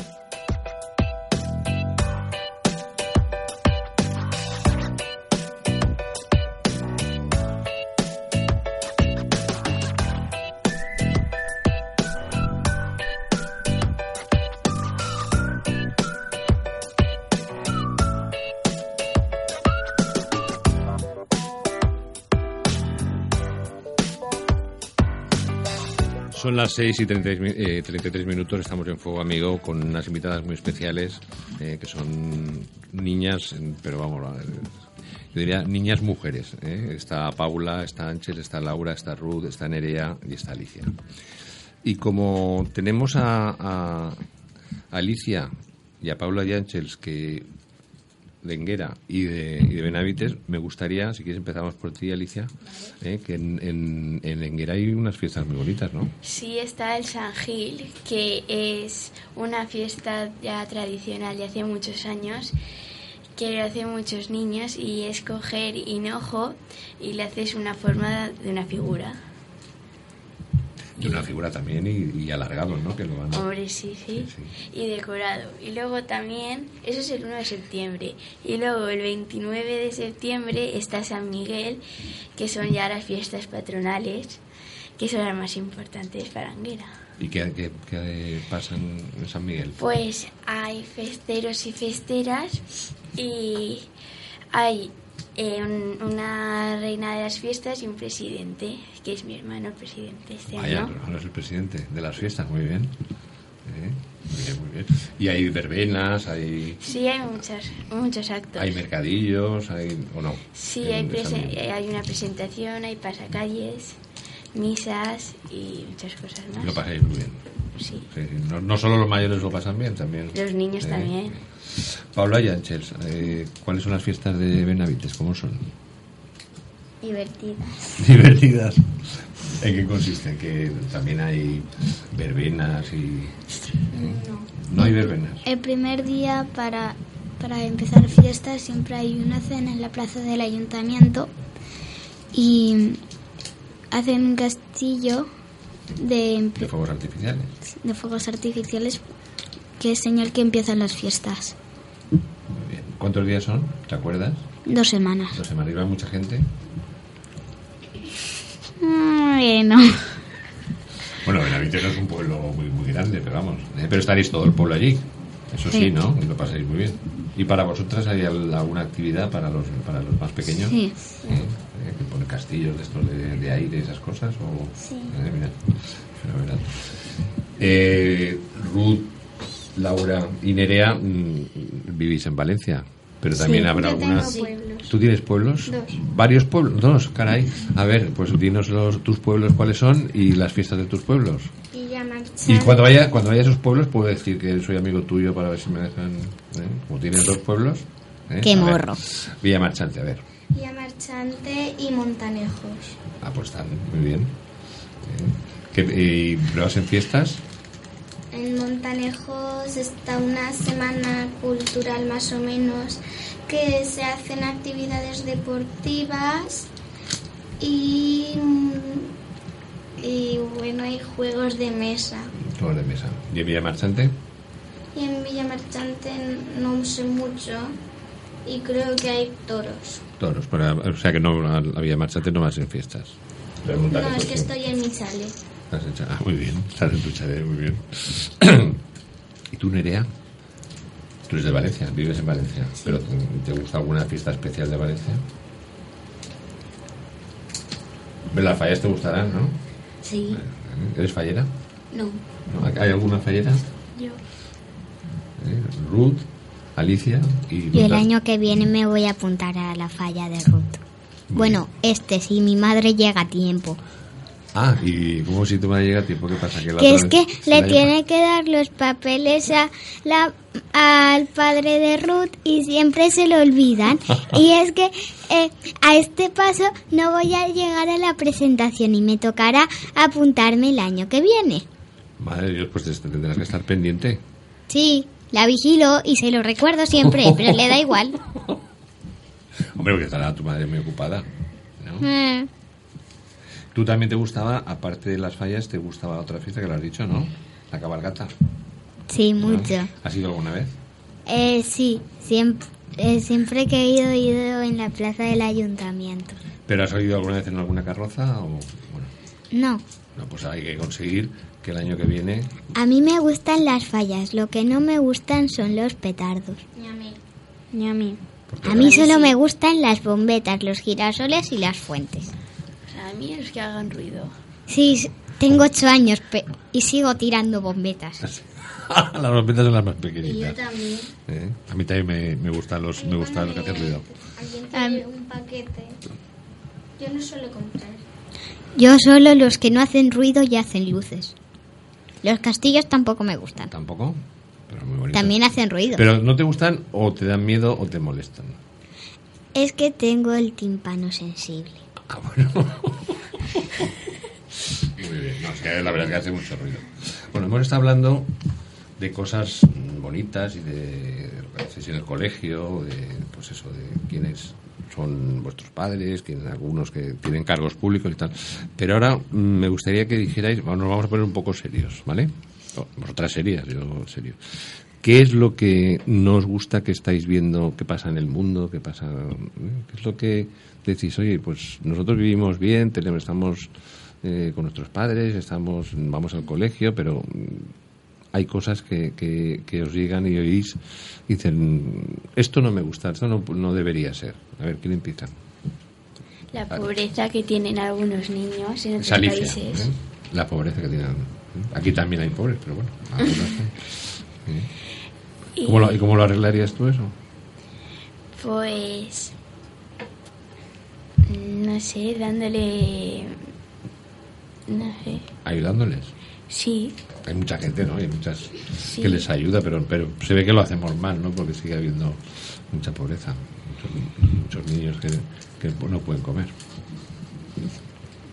Speaker 4: Son las 6 y 33, eh, 33 minutos, estamos en Fuego Amigo con unas invitadas muy especiales eh, que son niñas, pero vamos, a ver, yo diría niñas mujeres. ¿eh? Está Paula, está Ángel, está Laura, está Ruth, está Nerea y está Alicia. Y como tenemos a, a- a Alicia y a Paula y Ángels que de Enguera y de, y de Benavites, me gustaría, si quieres empezamos por ti, Alicia, ¿eh? que en, en, en Enguera hay unas fiestas muy bonitas, ¿no?
Speaker 6: Sí, está el San Gil, que es una fiesta ya tradicional de hace muchos años, que lo hacen muchos niños y es coger hinojo y le haces una forma de una figura.
Speaker 4: Y una figura también y, y alargado, ¿no? Que lo van a...
Speaker 6: Hombre, sí, sí, Y decorado. Y luego también, eso es el 1 de septiembre. Y luego el 29 de septiembre está San Miguel, que son ya las fiestas patronales, que son las más importantes para Anguera.
Speaker 4: ¿Y qué, qué- qué pasa en en San Miguel?
Speaker 6: Pues hay festeros y festeras y hay eh, un- una reina de las fiestas y un presidente, que es mi hermano el presidente este
Speaker 4: Vaya,
Speaker 6: año.
Speaker 4: ahora es el presidente de las fiestas, muy bien. Eh, Muy bien, muy bien. Y hay verbenas, hay,
Speaker 6: Sí, hay muchas, muchos actos.
Speaker 4: hay mercadillos, hay, ¿o no?
Speaker 6: Sí,
Speaker 4: En
Speaker 6: hay,
Speaker 4: esa
Speaker 6: prese- eh,
Speaker 4: medida.
Speaker 6: hay una presentación, hay pasacalles, misas y muchas cosas más.
Speaker 4: Lo pasáis muy bien.
Speaker 6: Sí.
Speaker 4: Sí, sí. No, no solo los mayores lo pasan bien, también.
Speaker 6: Los niños
Speaker 4: Eh,
Speaker 6: también.
Speaker 4: Paula y Ángels, eh, ¿cuáles son las fiestas de Benavites? ¿Cómo son?
Speaker 10: Divertidas.
Speaker 4: Divertidas. ¿En qué consiste? Que también hay verbenas y... No hay verbenas.
Speaker 5: El primer día para, para empezar fiestas siempre hay una cena en la plaza del ayuntamiento y hacen un castillo de,
Speaker 4: De fuegos artificiales.
Speaker 5: de fuegos artificiales que es señal que empiezan las fiestas.
Speaker 4: ¿Cuántos días son? ¿Te acuerdas? Pues
Speaker 5: Dos semanas.
Speaker 4: Dos semanas. ¿Y va mucha gente?
Speaker 5: Mm, Bueno.
Speaker 4: Bueno, Benavites no es un pueblo muy, muy grande, pero vamos. eh, Pero estaréis todo el pueblo allí. Eso sí,
Speaker 5: Sí.
Speaker 4: ¿no? Y lo pasáis muy bien. ¿Y para vosotras hay al- alguna actividad para los, para los más pequeños?
Speaker 5: Sí.
Speaker 4: ¿Eh? ¿Eh? Que pone castillos de estos de, de aire y esas cosas. O...
Speaker 5: Sí.
Speaker 4: Eh, mira, fenomenal. Eh, Ruth, Laura y Nerea mm, vivís en Valencia, pero también
Speaker 5: Sí,
Speaker 4: habrá
Speaker 5: yo tengo pues,
Speaker 4: alguna.
Speaker 5: pueblos.
Speaker 4: ¿Tú tienes pueblos?
Speaker 5: Dos.
Speaker 4: Varios pueblos, dos, caray. A ver, pues dinos los, tus pueblos cuáles son y las fiestas de tus pueblos.
Speaker 5: Y ya
Speaker 4: Y cuando vaya, cuando vaya a esos pueblos puedo decir que soy amigo tuyo para ver si me dejan, ¿eh? como tienes dos pueblos. ¿eh?
Speaker 5: Qué
Speaker 4: A ver,
Speaker 5: morro.
Speaker 4: Villa Marchante, a ver.
Speaker 5: Villa Marchante y Montanejos.
Speaker 4: Ah, pues están, muy bien. Eh, ¿qué- ¿Y lo hacen fiestas?
Speaker 5: En Montanejos está una semana cultural más o menos que se hacen actividades deportivas y, mm, y bueno, hay juegos de mesa.
Speaker 4: Juegos de mesa. ¿Y en Villa Marchante?
Speaker 5: Y en Villa Marchante no sé mucho y creo que hay toros.
Speaker 4: Toros. Para, o sea que no, a la Villa Marchante no vas en fiestas.
Speaker 5: No,
Speaker 4: pues
Speaker 5: es que estoy en mi chale.
Speaker 4: Estás en cha- Ah, muy bien. Estás en tu chalet, muy bien. ¿Y tú, Nerea? Tú eres de Valencia, vives en Valencia. ¿Pero te, te gusta alguna fiesta especial de Valencia? Pero Las fallas te gustarán, ¿no?
Speaker 10: Sí.
Speaker 4: ¿Eres fallera?
Speaker 10: No.
Speaker 4: ¿No? ¿Hay alguna fallera?
Speaker 10: Yo.
Speaker 4: ¿Eh? Ruth, Alicia y...
Speaker 8: Y el
Speaker 4: Ruta.
Speaker 8: año que viene me voy a apuntar a la falla de Ruth. Bueno, este, si mi madre llega a tiempo.
Speaker 4: Ah, ¿y cómo si tu madre llega a tiempo? ¿Qué pasa? Que, la
Speaker 8: Que
Speaker 4: otra
Speaker 8: es
Speaker 4: vez
Speaker 8: que
Speaker 4: se
Speaker 8: le
Speaker 4: la lleva?
Speaker 8: tiene que dar los papeles a la, al padre de Ruth y siempre se lo olvidan. Y es que eh, a este paso no voy a llegar a la presentación y me tocará apuntarme el año que viene.
Speaker 4: Madre de Dios, pues te- te tendrás que estar pendiente.
Speaker 8: Sí, la vigilo y se lo recuerdo siempre, pero le da igual.
Speaker 4: Hombre, porque estará tu madre muy ocupada.
Speaker 8: Eh,
Speaker 4: Tú también te gustaba, aparte de las fallas, te gustaba otra fiesta que lo has dicho, ¿no? La cabalgata.
Speaker 8: Sí,
Speaker 4: ¿no?
Speaker 8: mucho.
Speaker 4: ¿Has ido alguna vez?
Speaker 8: Eh, sí, siempre, eh, siempre que he ido, he ido en la plaza del ayuntamiento.
Speaker 4: ¿Pero has ido alguna vez en alguna carroza? O, bueno,
Speaker 8: No,
Speaker 4: no, pues hay que conseguir que el año que viene...
Speaker 8: a mí me gustan las fallas, lo que no me gustan son los petardos. Ni a mí. A mí solo me gustan las bombetas, los girasoles y las fuentes.
Speaker 6: O sea, a mí los que hagan ruido.
Speaker 8: Sí, s- tengo ocho años pe- y sigo tirando bombetas.
Speaker 4: las rompetas son las más pequeñitas.
Speaker 5: también.
Speaker 4: ¿eh? A mí también me, me gustan los, me gustan los que hacen ruido.
Speaker 5: Alguien
Speaker 6: Em.
Speaker 5: tiene un paquete. Yo no suelo comprar.
Speaker 8: Yo solo los que no hacen ruido y hacen luces. Los castillos tampoco me gustan.
Speaker 4: ¿Tampoco? Pero muy bonito.
Speaker 8: También hacen ruido.
Speaker 4: Pero no te gustan o te dan miedo o te molestan.
Speaker 8: Es que tengo el tímpano sensible.
Speaker 4: Ah, Muy bien, no, es que la verdad es que hace mucho ruido. Bueno, hemos estado hablando de cosas mm, bonitas y de lo que hacéis en el colegio, de, pues eso, de quiénes son vuestros padres, quiénes algunos que tienen cargos públicos y tal. Pero ahora mm, me gustaría que dijerais, bueno, nos vamos a poner un poco serios, ¿vale? O- Vosotras serias, yo serio. ¿Qué es lo que no os gusta que estáis viendo que pasa en el mundo? ¿Qué pasa? eh, ¿Qué es lo que decís? Oye, pues nosotros vivimos bien, tenemos, estamos eh, con nuestros padres, estamos, vamos al colegio, pero mm, hay cosas que, que- que os llegan y oís y dicen, esto no me gusta, esto no, no debería ser. A ver, ¿quién empieza?
Speaker 6: La
Speaker 4: Claro.
Speaker 6: pobreza que tienen algunos niños en otros
Speaker 4: Es Alicia,
Speaker 6: países.
Speaker 4: ¿eh? La ¿Eh? pobreza que tienen. Aquí también hay pobres, pero bueno. algunos hay. Sí.
Speaker 6: Y-
Speaker 4: ¿Cómo lo- ¿Y cómo lo arreglarías tú eso?
Speaker 6: Pues. No sé, dándole. No sé.
Speaker 4: Ayudándoles.
Speaker 6: Sí.
Speaker 4: Hay mucha gente, ¿no? Hay muchas
Speaker 6: Sí.
Speaker 4: que les ayuda, pero, pero se ve que lo hacemos mal, ¿no? Porque sigue habiendo mucha pobreza. Muchos, muchos niños que, que no pueden comer.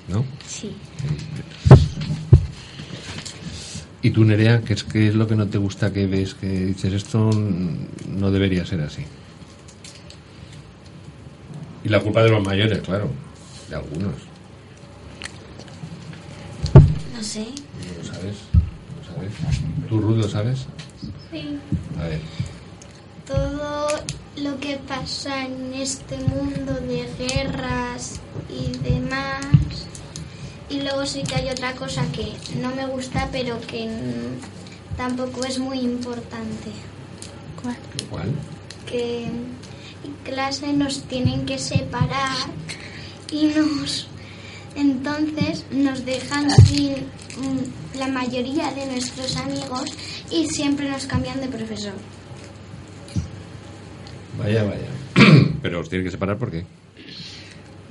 Speaker 4: ¿No?
Speaker 6: Sí.
Speaker 4: ¿Y tú, Nerea, qué es, qué es lo que no te gusta que ves? Que dices, esto no debería ser así. Y la culpa de los mayores, claro. De algunos.
Speaker 10: No sé.
Speaker 4: ¿Lo sabes? ¿Lo sabes? ¿Tú, Ruth, lo sabes?
Speaker 10: Sí.
Speaker 4: A ver.
Speaker 10: Todo lo que pasa en este mundo de guerras y demás. Y luego sí que hay otra cosa que no me gusta, pero que n- tampoco es muy importante.
Speaker 6: ¿Cuál?
Speaker 4: ¿Cuál?
Speaker 10: Que en clase nos tienen que separar y nos... Entonces nos dejan sin mm, la mayoría de nuestros amigos y siempre nos cambian de profesor.
Speaker 4: Vaya, vaya. pero os tiene que separar, ¿por qué?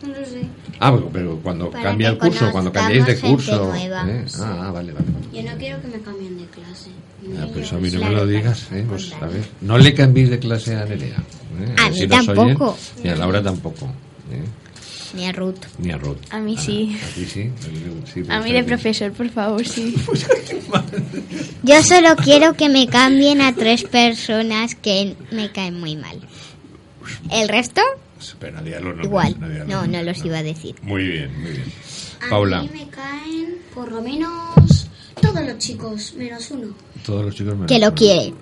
Speaker 10: No lo sé.
Speaker 4: Ah, pero- pero cuando
Speaker 10: Para
Speaker 4: cambia
Speaker 10: que
Speaker 4: el curso, cuando cambiáis de
Speaker 10: conozcamos gente
Speaker 4: curso.
Speaker 10: nueva.
Speaker 4: ¿eh? Ah, ah, vale, vale. vale.
Speaker 10: Yo no quiero que me cambien de clase.
Speaker 4: Ah, pues a mí no me lo digas, ¿eh? Pues, a ver, no le cambiéis de clase a Nerea. ¿eh?
Speaker 8: A
Speaker 4: ver
Speaker 8: mí
Speaker 4: si nos
Speaker 8: tampoco.
Speaker 4: oyen. Ni a Laura tampoco. ¿eh?
Speaker 8: Ni a Ruth.
Speaker 4: Ni a Ruth.
Speaker 6: A mí sí.
Speaker 4: A ti sí. a mí sí,
Speaker 6: A mí
Speaker 4: pero-
Speaker 6: de profesor, por favor, sí.
Speaker 8: Yo solo quiero que me cambien a tres personas que me caen muy mal. ¿El resto?
Speaker 4: Pero no digas los nombres,
Speaker 8: Igual.
Speaker 4: no digas los
Speaker 8: No, no
Speaker 4: nombres.
Speaker 8: los iba a decir.
Speaker 4: Muy bien, muy bien.
Speaker 10: A
Speaker 4: Paula,
Speaker 10: mí me caen por lo menos todos los chicos, menos uno.
Speaker 4: todos los chicos me
Speaker 8: Que lo quiere.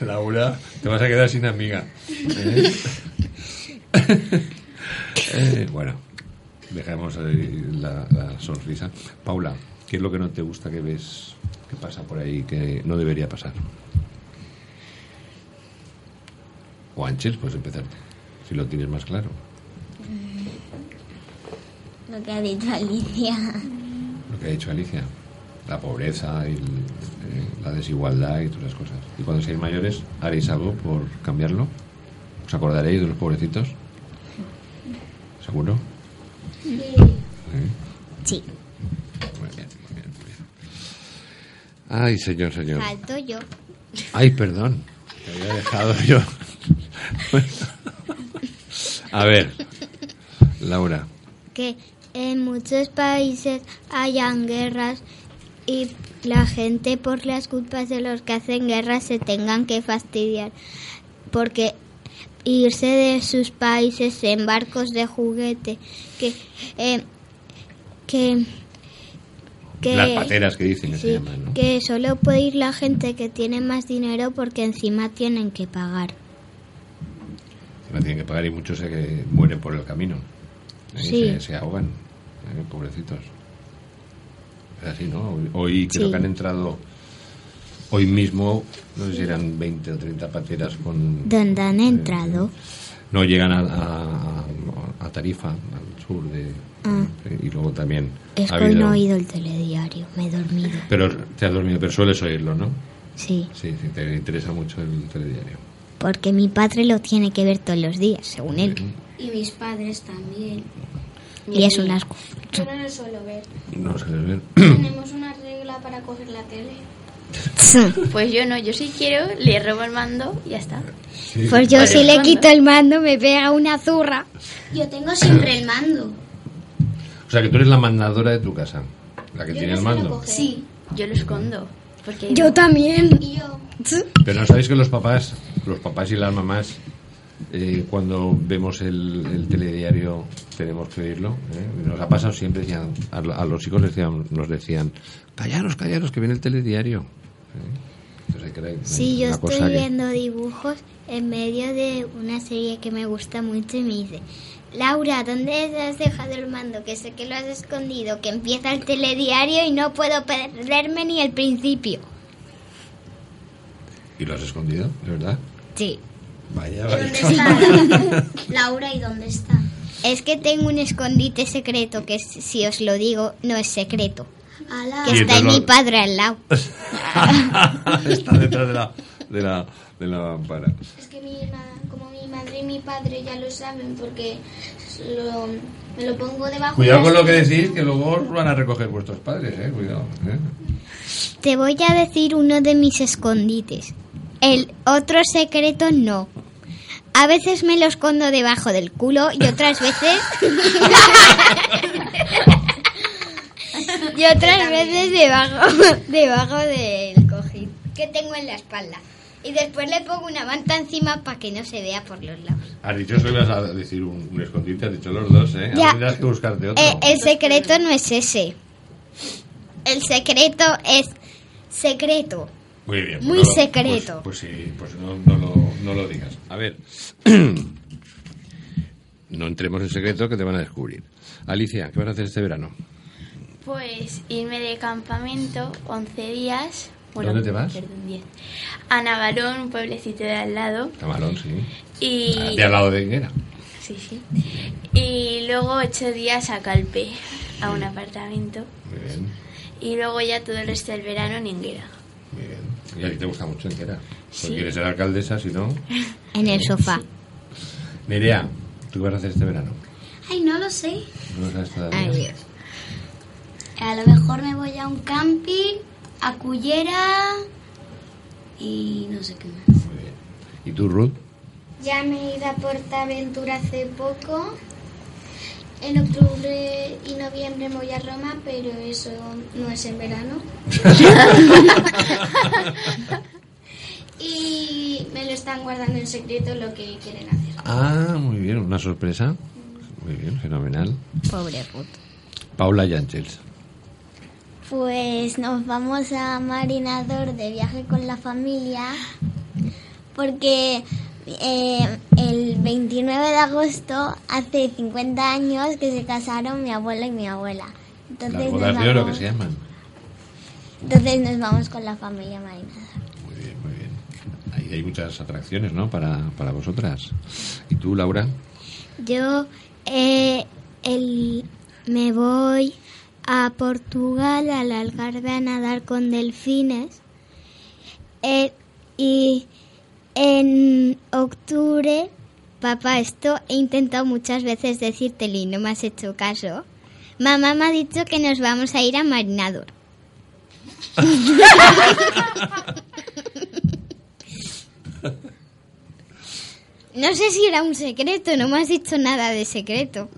Speaker 4: Laura, te vas a quedar sin amiga. ¿eh? Eh, bueno, dejemos ahí la, la sonrisa. Paula, ¿qué es lo que no te gusta que ves que pasa por ahí que no debería pasar? O Ángel, puedes empezar. Si lo tienes más claro.
Speaker 7: Lo que ha dicho Alicia.
Speaker 4: Lo que ha dicho Alicia. La pobreza, el- eh, la desigualdad y todas las cosas. Y cuando seáis mayores, ¿haréis algo por cambiarlo? ¿Os acordaréis de los pobrecitos? ¿Seguro? ¿Eh?
Speaker 8: Sí.
Speaker 4: Muy bien, muy bien, muy bien. Ay, señor, señor.
Speaker 8: Falto yo.
Speaker 4: Ay, perdón. Te había dejado yo. A ver, Laura.
Speaker 8: Que en muchos países hayan guerras y la gente por las culpas de los que hacen guerras se tengan que fastidiar. Porque irse de sus países en barcos de juguete. Que... eh, que que-
Speaker 4: Las pateras que dicen que se
Speaker 8: Sí,
Speaker 4: llaman, ¿no?
Speaker 8: que solo puede ir la gente que tiene más dinero porque encima tienen que pagar.
Speaker 4: Se la tienen que pagar y muchos se que mueren por el camino. ¿eh?
Speaker 8: Sí.
Speaker 4: Se, se ahogan, ¿eh? pobrecitos. Es así, ¿no? Hoy, hoy creo
Speaker 8: Sí.
Speaker 4: que han entrado, hoy mismo, no sé si eran 20 o 30 pateras con... eh,
Speaker 8: ¿Dónde han entrado?
Speaker 4: No llegan a, a- a Tarifa, al sur de...
Speaker 8: Ah.
Speaker 4: Y luego también...
Speaker 8: Es
Speaker 4: ha
Speaker 8: que hoy
Speaker 4: habido-
Speaker 8: no he oído el telediario, me he dormido.
Speaker 4: Pero te has dormido, pero sueles oírlo, ¿no?
Speaker 8: Sí,
Speaker 4: Sí, sí, te interesa mucho el telediario.
Speaker 8: porque mi padre lo tiene que ver todos los días, según él.
Speaker 10: Y mis padres también.
Speaker 8: Y es un asco.
Speaker 10: Yo no lo suelo ver.
Speaker 4: No sé, ver.
Speaker 10: Tenemos una regla para coger la tele.
Speaker 6: Pues yo no, yo sí quiero, le robo el mando y ya está.
Speaker 8: Pues yo
Speaker 6: Vaya.
Speaker 8: si le quito el mando me pega una zurra.
Speaker 10: Yo tengo siempre el mando.
Speaker 4: O sea, que tú eres la mandadora de tu casa, la que tiene el mando.
Speaker 6: Sí. Yo lo escondo. Porque
Speaker 8: Yo también.
Speaker 4: Pero no sabéis que los papás, los papás y las mamás, eh, cuando vemos el, el telediario tenemos que oírlo. ¿eh? Nos ha pasado siempre, decían, a, a los hijos les decían- nos decían, callaros, callaros, que viene el telediario. ¿eh? Entonces hay que hay-
Speaker 8: Sí,
Speaker 4: hay
Speaker 8: yo
Speaker 4: una cosa
Speaker 8: estoy
Speaker 4: que-
Speaker 8: viendo dibujos en medio de una serie que me gusta mucho y me dice, Laura, ¿dónde has dejado el mando? Que sé que lo has escondido, que empieza el telediario y no puedo perderme ni el principio.
Speaker 4: ¿Y lo has escondido? ¿De verdad?
Speaker 8: Sí.
Speaker 4: Vaya,
Speaker 10: ¿Dónde
Speaker 4: vaya.
Speaker 10: está? Laura, ¿y dónde está?
Speaker 8: Es que tengo un escondite secreto que si os lo digo no es secreto.
Speaker 4: Y
Speaker 8: Que está
Speaker 4: entonces
Speaker 8: mi
Speaker 4: lo-
Speaker 8: padre al lado.
Speaker 4: Está detrás de la, de la, de la mampara.
Speaker 10: Es que mi ma- como mi madre y mi padre ya lo saben porque lo- me lo pongo debajo.
Speaker 4: Cuidado con lo que
Speaker 10: decís.
Speaker 4: decís, que luego os van a recoger vuestros padres, eh. Cuidado. ¿eh?
Speaker 8: Te voy a decir uno de mis escondites. El otro secreto no. A veces me lo escondo debajo del culo y otras veces... y otras veces debajo, debajo del cojín que tengo en la espalda. Y después le pongo una manta encima para que no se vea por los lados.
Speaker 4: Has dicho eso que ibas a decir un, un escondite, has dicho los dos, eh.
Speaker 8: Ya.
Speaker 4: Ahora Tendrás que buscarte otro.
Speaker 8: Eh, el secreto no es ese. El secreto es secreto.
Speaker 4: Muy bien. pues
Speaker 8: Muy
Speaker 4: no lo-
Speaker 8: secreto.
Speaker 4: Pues, pues sí, pues no, no lo, no lo digas. A ver. no entremos en secreto que te van a descubrir. Alicia, ¿qué vas a hacer este verano?
Speaker 6: Pues irme de campamento 11 días.
Speaker 4: ¿Dónde te vas?
Speaker 6: Perdón, 10. A Navarón, un pueblecito de al lado.
Speaker 4: Camarón, sí.
Speaker 6: Y,
Speaker 4: Ah, De al lado de Higuera.
Speaker 6: Sí, sí. Y luego 8 días a Calpe, a un apartamento.
Speaker 4: Muy bien.
Speaker 6: Y luego ya todo el resto del verano en Higuera.
Speaker 4: Y a ti te gusta mucho Higuera.
Speaker 6: Sí.
Speaker 4: Porque quieres ser alcaldesa, si no.
Speaker 8: En el sofá.
Speaker 4: Nerea, ¿tú qué vas a hacer este verano?
Speaker 10: Ay, no lo sé.
Speaker 4: No lo sabes todavía.
Speaker 10: A lo mejor me voy a un camping, a Cullera y no sé qué más.
Speaker 4: ¿Y tú, Ruth?
Speaker 10: Ya me he ido a Portaventura hace poco. En octubre y noviembre me voy a Roma, pero eso no es en verano. y me lo están guardando en secreto lo que quieren hacer.
Speaker 4: Ah, muy bien, una sorpresa. Muy bien, fenomenal.
Speaker 10: Pobre puto.
Speaker 4: Paula Yanchels.
Speaker 17: Pues nos vamos a Marinador de viaje con la familia porque eh, el 29 de agosto hace 50 años que se casaron mi abuelo y mi abuela.
Speaker 4: Las
Speaker 17: Entonces, nos
Speaker 4: bodas de
Speaker 17: vamos,
Speaker 4: oro que se llaman.
Speaker 17: entonces nos vamos con la familia Marinador.
Speaker 4: Ahí hay muchas atracciones, ¿no? Para, para vosotras. ¿Y tú, Laura?
Speaker 8: Yo eh, el- me voy a Portugal, al Algarve, a nadar con delfines. Eh, y en octubre, papá, esto he intentado muchas veces decírtelo y no me has hecho caso. Mamá me ha dicho que nos vamos a ir a Marinador. No sé si era un secreto, no me has dicho nada de secreto.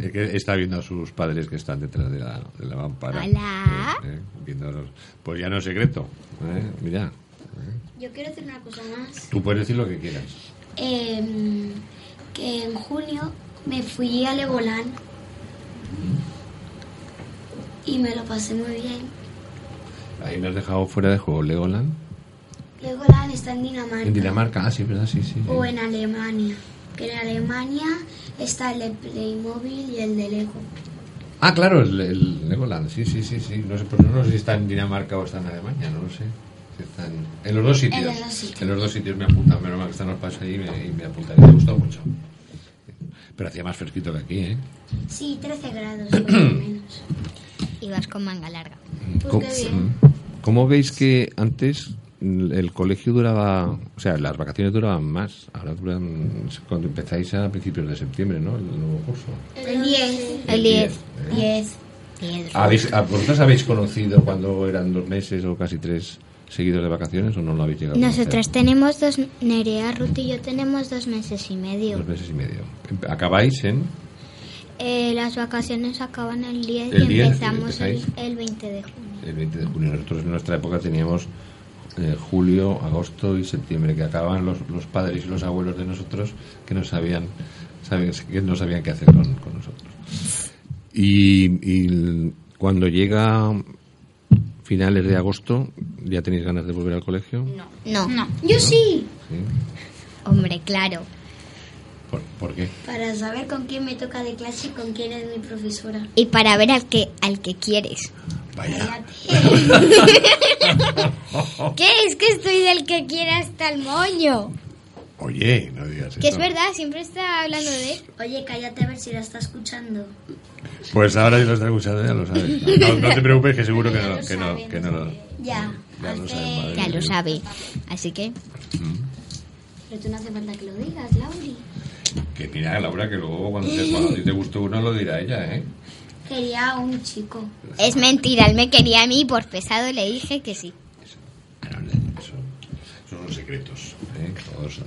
Speaker 4: El que está viendo a sus padres que están detrás de la, de la lámpara.
Speaker 8: Hola.
Speaker 4: Eh, eh, viéndolos. Pues ya no es secreto. ¿eh? Mira,
Speaker 10: Yo quiero decir una cosa más.
Speaker 4: tú puedes decir lo que quieras.
Speaker 17: Em,
Speaker 10: Eh, que en junio me fui a Legoland y me lo pasé muy bien.
Speaker 4: Ahí me has dejado fuera de juego Legoland.
Speaker 10: Legoland está en Dinamarca,
Speaker 4: En Dinamarca, ah, sí, ¿verdad? Sí, sí. sí.
Speaker 10: o en Alemania. Que en Alemania está el de Playmobil y el de Lego.
Speaker 4: Ah, claro, el, el Legoland, sí, sí, sí, sí. No sé, pero no sé si está en Dinamarca o está en Alemania, no lo sé. Si está en, en los dos
Speaker 10: En
Speaker 4: sitios.
Speaker 10: los dos sitios.
Speaker 4: En los dos sitios me apuntan, menos mal que están los pasos ahí y me, y me apuntan. Me gustó mucho. Pero hacía más fresquito que aquí, ¿eh?
Speaker 10: Sí, 13 grados por lo menos.
Speaker 8: Y vas con manga larga.
Speaker 10: Pues
Speaker 4: ¿Cómo, cómo veis que antes el el colegio duraba, o sea, las vacaciones duraban más? Ahora duran, cuando empezáis a principios de septiembre, ¿no? El nuevo curso.
Speaker 10: El 10.
Speaker 4: El 10.
Speaker 10: 10.
Speaker 4: ¿Habéis, a- ¿Vosotros habéis conocido cuando eran dos meses o casi tres seguidos de vacaciones o no lo habéis llegado a conocer?
Speaker 8: Nosotras tenemos dos, Nerea, Ruth y yo tenemos dos meses y medio.
Speaker 4: Dos meses y medio. Em, Acabáis en...
Speaker 8: Eh, las vacaciones acaban el 10
Speaker 4: El
Speaker 8: y
Speaker 4: 10,
Speaker 8: empezamos el,
Speaker 4: empezáis.
Speaker 8: el 20 de junio.
Speaker 4: El 20 de junio. Nosotros en nuestra época teníamos eh, julio, agosto y septiembre, que acababan los, los padres y los abuelos de nosotros que no sabían, sabe- que no sabían qué hacer con, con nosotros. Y, y el- cuando llega finales de agosto, ¿ya tenéis ganas de volver al colegio?
Speaker 8: No. no.
Speaker 10: Yo sí.
Speaker 4: ¿Sí?
Speaker 8: Hombre, claro.
Speaker 4: ¿Por, por qué?
Speaker 10: Para saber con quién me toca de clase y con quién es mi profesora.
Speaker 8: Y para ver al que, al que quieres.
Speaker 4: Vaya.
Speaker 8: ¿Qué? Es que estoy del que quiera hasta el moño.
Speaker 4: Oye, no digas eso.
Speaker 10: Que es verdad, siempre está hablando de él.
Speaker 18: Oye, cállate a ver si la está escuchando.
Speaker 4: Pues ahora si lo estás escuchando ya lo sabes. No, no te preocupes que seguro que no, que no, que no lo...
Speaker 18: Ya.
Speaker 4: Ya lo sabes, madre
Speaker 8: Ya lo
Speaker 4: mía.
Speaker 8: sabe. Así que.
Speaker 18: Pero tú no hace falta que lo digas, Lauri.
Speaker 4: Que mira, Laura, que luego cuando, te, cuando a ti te gustó uno lo dirá ella, ¿eh?
Speaker 18: Quería a un chico.
Speaker 8: Es mentira, él me quería a mí y por pesado le dije que sí.
Speaker 4: Son los secretos. ¿eh? Todos,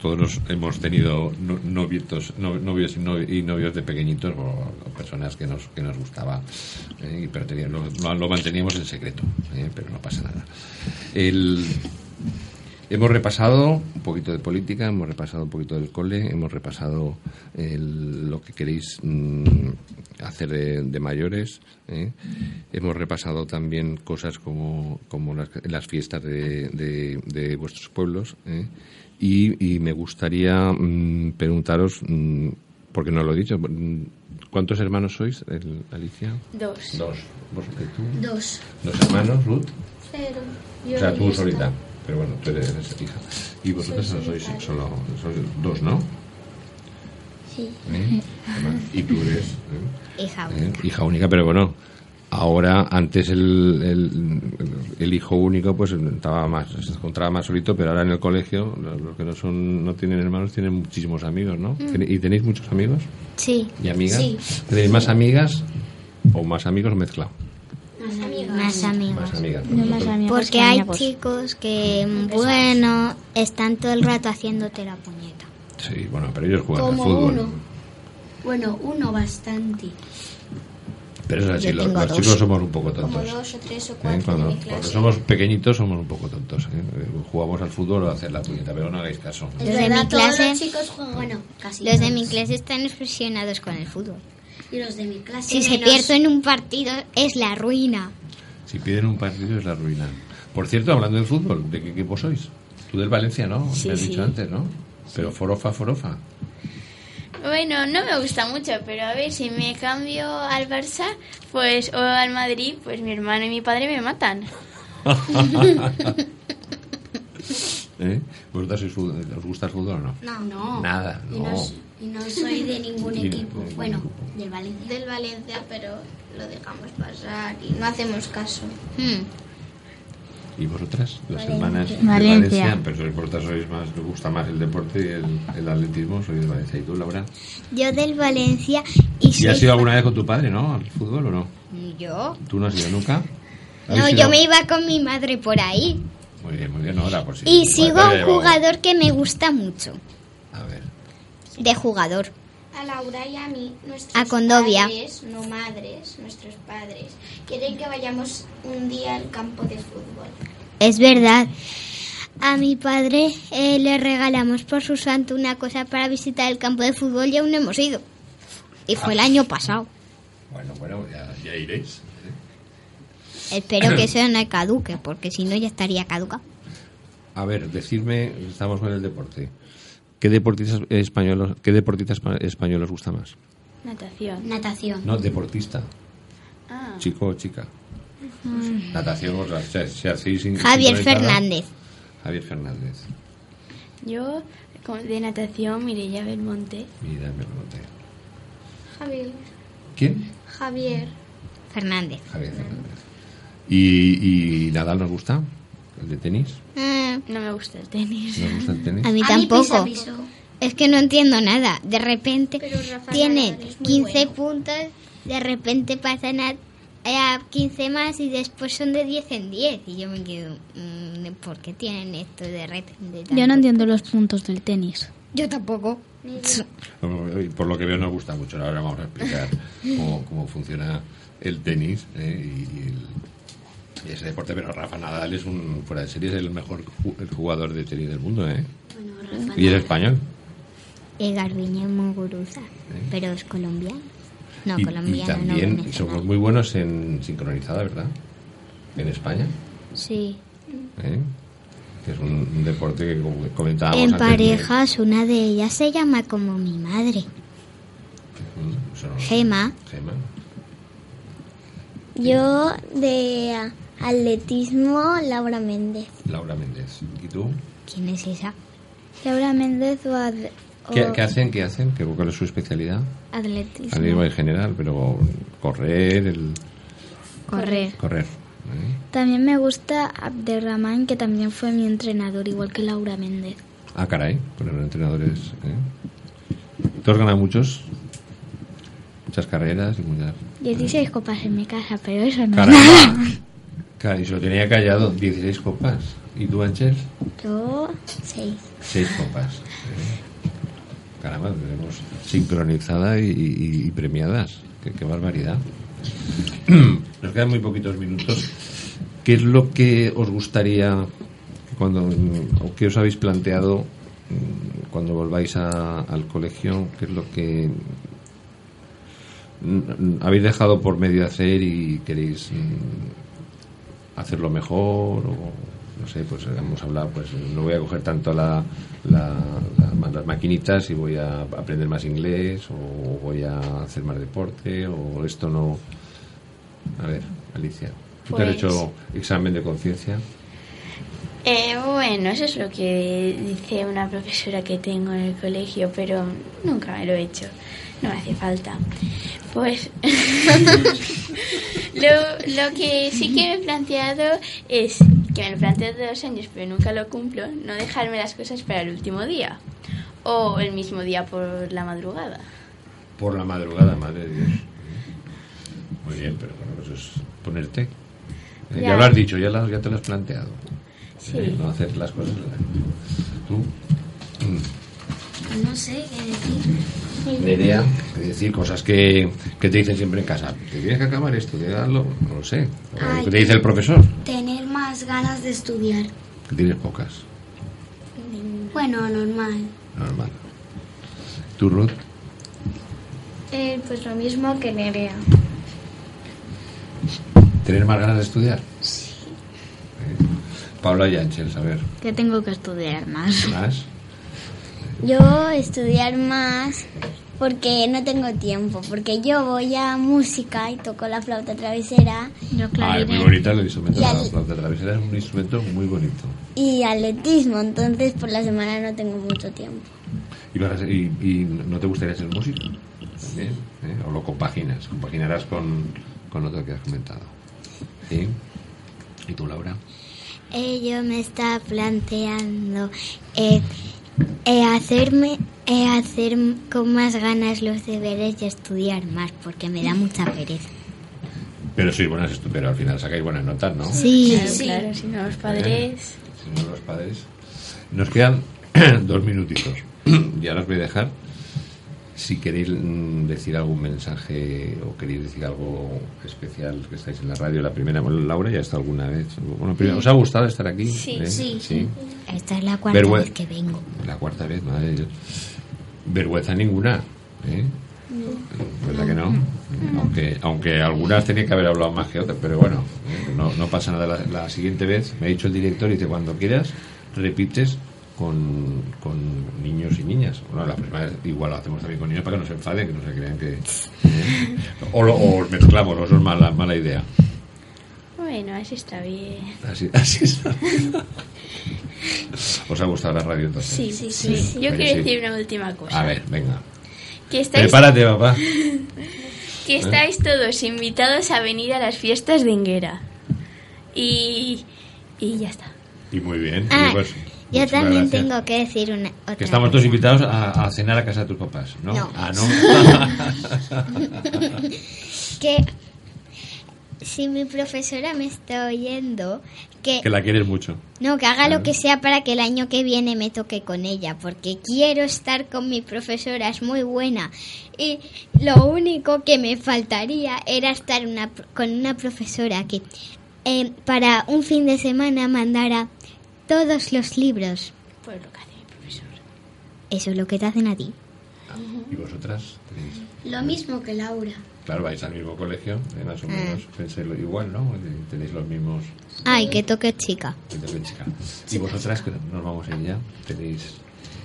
Speaker 4: todos los- hemos tenido no- novietos, no- novios y, novi- y novios de pequeñitos o, o personas que nos, que nos gustaba, ¿eh? Y pero tenía- lo, lo- lo manteníamos en secreto, ¿eh? pero no pasa nada. El- hemos repasado un poquito de política, hemos repasado un poquito del cole, hemos repasado el- lo que queréis mm, hacer de, de mayores. ¿eh? Hemos repasado también cosas como, como las, las fiestas de, de- de vuestros pueblos. ¿eh? Y, y me gustaría mm, preguntaros, mm, porque no lo he dicho, mm, ¿cuántos hermanos sois, el- Alicia?
Speaker 6: Dos.
Speaker 4: Dos. ¿Vos y tú?
Speaker 18: Dos.
Speaker 4: Dos hermanos, Ruth.
Speaker 18: Cero.
Speaker 4: o sea, tú solita. Pero bueno, tú eres hija. Y vosotros no sois solo sois dos, ¿no?
Speaker 18: Sí.
Speaker 4: ¿Eh? Y tú eres... ¿eh?
Speaker 8: Hija.
Speaker 4: ¿eh? hija única, pero bueno, ahora antes el, el- el hijo único pues estaba más, se encontraba más solito, pero ahora en el colegio los, los que no son no tienen hermanos tienen muchísimos amigos, ¿no?
Speaker 8: Mm.
Speaker 4: ¿Ten- ¿Y tenéis muchos amigos
Speaker 8: Sí.
Speaker 4: y amigas?
Speaker 8: Sí.
Speaker 4: ¿Tenéis más amigas o más amigos mezclado?
Speaker 18: Más amigos.
Speaker 8: Más amigos.
Speaker 4: Más amigas.
Speaker 8: Porque hay chicos que, bueno, están todo el rato haciéndote la puñeta.
Speaker 4: Sí, bueno, pero ellos juegan
Speaker 18: Como
Speaker 4: al fútbol.
Speaker 18: uno. Bueno, uno bastante.
Speaker 4: Pero es así,
Speaker 18: Yo
Speaker 4: los,
Speaker 18: tengo
Speaker 4: los
Speaker 18: dos.
Speaker 4: chicos somos un poco tontos.
Speaker 18: Como dos o tres o
Speaker 4: ¿eh?
Speaker 18: cuatro de
Speaker 4: Cuando,
Speaker 18: mi clase.
Speaker 4: cuando somos pequeñitos somos un poco tontos. ¿eh? Jugamos al fútbol o a hacer la puñeta, pero no hagáis caso.
Speaker 8: Los de mi clase.
Speaker 18: Los chicos juegan, bueno, casi.
Speaker 8: Los de mi
Speaker 18: todos.
Speaker 8: clase están obsesionados con el fútbol.
Speaker 18: Y los de mi clase.
Speaker 8: Si se
Speaker 18: menos-
Speaker 8: pierde en un partido es la ruina.
Speaker 4: Si piden un partido es la ruina. Por cierto, hablando de fútbol, ¿de qué equipo sois? Tú del Valencia, ¿no?
Speaker 6: Sí,
Speaker 4: Me has
Speaker 6: sí.
Speaker 4: dicho antes, ¿no? Pero forofa, forofa.
Speaker 6: Bueno, no me gusta mucho, pero a ver, si me cambio al Barça pues o al Madrid, pues mi hermano y mi padre me matan.
Speaker 4: ¿Eh? ¿Vosotras sois fútbol- os gusta el fútbol o no?
Speaker 18: No, no.
Speaker 4: Nada,
Speaker 18: Y no,
Speaker 4: no.
Speaker 18: s- y no soy de ningún
Speaker 4: Ni-
Speaker 18: equipo.
Speaker 4: ningún
Speaker 18: Bueno,
Speaker 4: equipo.
Speaker 18: del Valencia.
Speaker 10: Del Valencia, pero lo dejamos pasar y no hacemos caso.
Speaker 8: Hmm.
Speaker 4: ¿Y vosotras? Las
Speaker 10: Valencia.
Speaker 4: hermanas de
Speaker 10: Valencia.
Speaker 4: Valencia. Pero sois- vosotras sois más, os gusta más el deporte y el, el atletismo, sois de Valencia. ¿Y tú, Laura?
Speaker 19: Yo del Valencia y
Speaker 4: ¿Y
Speaker 19: soy
Speaker 4: has ido alguna vez con tu padre, no? ¿Al fútbol o no?
Speaker 8: ¿Yo?
Speaker 4: ¿Tú no has ido nunca?
Speaker 8: No,
Speaker 4: ¿Habéis
Speaker 8: yo
Speaker 4: ido?
Speaker 8: me iba con mi madre por ahí.
Speaker 4: Muy bien, muy bien, ahora por si.
Speaker 8: Y sigo a
Speaker 4: Vale,
Speaker 8: un
Speaker 4: vamos.
Speaker 8: jugador que me gusta mucho.
Speaker 4: A ver.
Speaker 8: De jugador.
Speaker 10: A Laura y a mí, nuestros
Speaker 8: A Condovia.
Speaker 10: padres, no madres, nuestros padres, quieren que vayamos un día al campo de fútbol.
Speaker 8: Es verdad. A mi padre eh, le regalamos por su santo una cosa para visitar el campo de fútbol y aún no hemos ido. Y fue el año pasado.
Speaker 4: Bueno, bueno, ya, ya iréis.
Speaker 8: Espero que eso no caduque, porque si no ya estaría caduca.
Speaker 4: A ver, decidme, estamos con el deporte. ¿Qué deportistas españolos, qué deportistas pa- español os gusta más?
Speaker 6: Natación.
Speaker 18: Natación.
Speaker 4: No, deportista,
Speaker 6: Ah.
Speaker 4: chico o chica. Natación, o sea, si- si hacéis sin-
Speaker 8: Mm. Javier
Speaker 4: sincronizada,
Speaker 8: Fernández.
Speaker 4: Javier Fernández.
Speaker 6: Yo con- de natación, Mireia Belmonte.
Speaker 4: Mira, me lo noté.
Speaker 10: Javier.
Speaker 4: ¿Quién?
Speaker 10: Javier.
Speaker 8: Fernández.
Speaker 4: Javier Fernández. ¿Y, y Nadal nos gusta? ¿El de tenis?
Speaker 6: No me gusta el tenis.
Speaker 4: ¿Nos gusta el tenis?
Speaker 8: Ah, A mí tampoco. Es que no entiendo nada. De repente tienen 15 puntos, de repente pasan a, a 15 más y después son de 10 en 10. Y yo me quedo, mm, ¿por qué tienen esto de repente? tanto?
Speaker 20: Yo no entiendo los puntos del tenis.
Speaker 8: Yo tampoco.
Speaker 4: Por lo que veo nos gusta mucho. Ahora vamos a explicar cómo, cómo funciona el tenis ¿eh? y, y el- y ese deporte. Pero Rafa Nadal es un fuera de serie, es el mejor ju- el jugador de tenis del mundo. ¿eh? Y es español.
Speaker 8: El Garbiñe Muguruza, pero es colombiano. No,
Speaker 4: ¿Eh? y, y
Speaker 8: colombiano
Speaker 4: también
Speaker 8: no. venezolano.
Speaker 4: somos muy buenos en sincronizada, ¿verdad? En España.
Speaker 8: Sí.
Speaker 4: ¿eh? Que es un, un deporte que como comentábamos
Speaker 8: En
Speaker 4: antes,
Speaker 8: parejas, una de ellas se llama como mi madre,
Speaker 4: ¿no? Mm, Eso no-
Speaker 8: Gema.
Speaker 4: Gema.
Speaker 19: yo de atletismo Laura Méndez.
Speaker 4: Laura Méndez. ¿Y tú?
Speaker 8: ¿Quién es esa?
Speaker 7: Laura Méndez o, ad-
Speaker 10: Oh.
Speaker 7: o
Speaker 4: ¿Qué, qué hacen? ¿Qué hacen? ¿Qué, ¿Cuál es su especialidad?
Speaker 7: atletismo.
Speaker 4: Atletismo en general, pero correr, el
Speaker 7: Correr.
Speaker 4: correr. ¿eh?
Speaker 7: También me gusta Abderramán, que también fue mi entrenador, igual que Laura Méndez.
Speaker 4: Ah, caray, con los entrenadores. ¿eh? ¿Tú has ganado muchos? Muchas carreras y muchas.
Speaker 7: 16 copas en mi casa, pero eso no es
Speaker 4: Caramba.
Speaker 7: nada.
Speaker 4: Caray, se lo tenía callado. 16 copas. ¿Y tú, Ángel?
Speaker 17: Yo, seis.
Speaker 4: 6 copas. ¿eh? Caramba, tenemos sincronizada y, y- y premiadas. Qué, qué barbaridad. Nos quedan muy poquitos minutos. ¿Qué es lo que os gustaría cuando o qué os habéis planteado mm, cuando volváis a- al colegio? ¿Qué es lo que mm, habéis dejado por medio de hacer y queréis mm, hacerlo mejor o no sé pues hemos hablado pues no voy a coger tanto la, la- la- las maquinitas y voy a aprender más inglés o voy a hacer más deporte o esto no a ver Alicia ¿tú te has
Speaker 6: Pues-
Speaker 4: hecho examen de conciencia
Speaker 6: Eh, bueno, eso es lo que dice una profesora que tengo en el colegio, pero nunca me lo he hecho. No me hace falta. Pues lo, lo que sí que me he planteado es que me lo planteo todos los años, pero nunca lo cumplo, no dejarme las cosas para el último día o el mismo día por la madrugada.
Speaker 4: Por la madrugada, madre de Dios. Muy bien, pero bueno, eso es ponerte. Eh, Ya,
Speaker 6: Ya.
Speaker 4: lo has dicho, ya, las- ya te lo has planteado.
Speaker 6: Sí.
Speaker 4: Eh, no hacer las cosas. Tú,
Speaker 10: No sé qué decir.
Speaker 4: Nerea, es decir cosas que, que te dicen siempre en casa. Te tienes que acabar esto, te darlo, no lo sé. O
Speaker 10: Ay,
Speaker 4: lo que te dice el profesor,
Speaker 10: Tener más ganas de estudiar.
Speaker 4: que tienes pocas,
Speaker 10: Bueno, normal.
Speaker 4: normal. Tú, Ruth,
Speaker 5: Eh, pues lo mismo que Nerea.
Speaker 4: tener más ganas de estudiar. Sí. Paula y Ángel, a ver,
Speaker 7: Que tengo que estudiar más.
Speaker 4: más.
Speaker 17: Yo estudiar más porque no tengo tiempo, porque yo voy a música y toco la flauta travesera
Speaker 4: Ah, es muy bonita el instrumento
Speaker 17: Y
Speaker 4: de la
Speaker 17: al-
Speaker 4: flauta travesera, es un instrumento muy bonito.
Speaker 17: y atletismo, entonces por la semana no tengo mucho tiempo.
Speaker 4: ¿Y, vas a ser- y- y no te gustaría ser músico? ¿También? ¿Eh? ¿O lo compaginas? ¿Compaginarás con, con lo otro que has comentado? ¿Sí? ¿Y tú, Laura?
Speaker 17: Eh, yo me estaba planteando eh, eh, hacerme eh, hacer con más ganas los deberes y estudiar más, porque me da mucha pereza.
Speaker 4: Pero sois buenas, estu- pero al final sacáis buenas notas, ¿no?
Speaker 6: Claro, claro, si no los padres.
Speaker 4: Si no, los padres. Nos quedan dos minutitos. y ahora os voy a dejar. Si queréis mm, decir algún mensaje o queréis decir algo especial que estáis en la radio, la primera, bueno, Laura ya está alguna vez. Bueno, primero, ¿os ha gustado estar aquí? ¿Eh? sí.
Speaker 17: Esta es la cuarta
Speaker 4: Vergüe-
Speaker 17: vez que vengo.
Speaker 4: La cuarta vez, madre de Dios. Vergüenza ninguna, ¿eh? ¿Verdad que no? Mm, Aunque, aunque algunas tenía que haber hablado más que otras, pero bueno, ¿eh? no, no pasa nada. La, la siguiente vez, me ha dicho el director, dice, cuando quieras, repites con, con niños y niñas. Bueno, la próxima vez igual lo hacemos también con niños para que no se enfaden, que no se crean que... ¿eh? O, lo- o os mezclamos, o eso es mala, mala idea.
Speaker 6: Bueno, así está bien.
Speaker 4: Así, así es. ¿Os ha gustado la radio entonces?
Speaker 6: Sí, sí, sí. Yo
Speaker 4: Oye,
Speaker 6: quiero
Speaker 4: sí.
Speaker 6: decir una última cosa.
Speaker 4: A ver, venga.
Speaker 6: Que estáis-
Speaker 4: Prepárate, ¿Eh? papá.
Speaker 6: Que estáis todos invitados a venir a las fiestas de Enguera. Y, y ya está.
Speaker 4: Y muy bien.
Speaker 8: Ah,
Speaker 4: y pues,
Speaker 8: Yo
Speaker 4: muchas
Speaker 8: también
Speaker 4: gracias.
Speaker 8: tengo que decir una otra
Speaker 4: Que estamos
Speaker 8: cosa.
Speaker 4: todos invitados a, a cenar a casa de tus papás, ¿no?
Speaker 8: No.
Speaker 4: Ah, no.
Speaker 8: que si mi profesora me está oyendo, que,
Speaker 4: que la quieres mucho.
Speaker 8: no, que haga
Speaker 4: Claro.
Speaker 8: lo que sea para que el año que viene me toque con ella, porque quiero estar con mi profesora, es muy buena. Y lo único que me faltaría era estar una, pr- con una profesora que eh, para un fin de semana mandara todos los libros.
Speaker 6: Pues lo que hace mi profesor.
Speaker 8: Eso es lo que te hacen a ti.
Speaker 4: ¿Y vosotras? ¿Tenéis?
Speaker 10: Lo mismo que Laura.
Speaker 4: Claro, vais al mismo colegio, eh, más o
Speaker 8: Ah.
Speaker 4: menos. Pensáis lo- igual, ¿no? Eh, Tenéis los mismos.
Speaker 8: Ay, que toque chica.
Speaker 4: que toque chica. Y vosotras, que nos vamos a ir ya, ¿tenéis,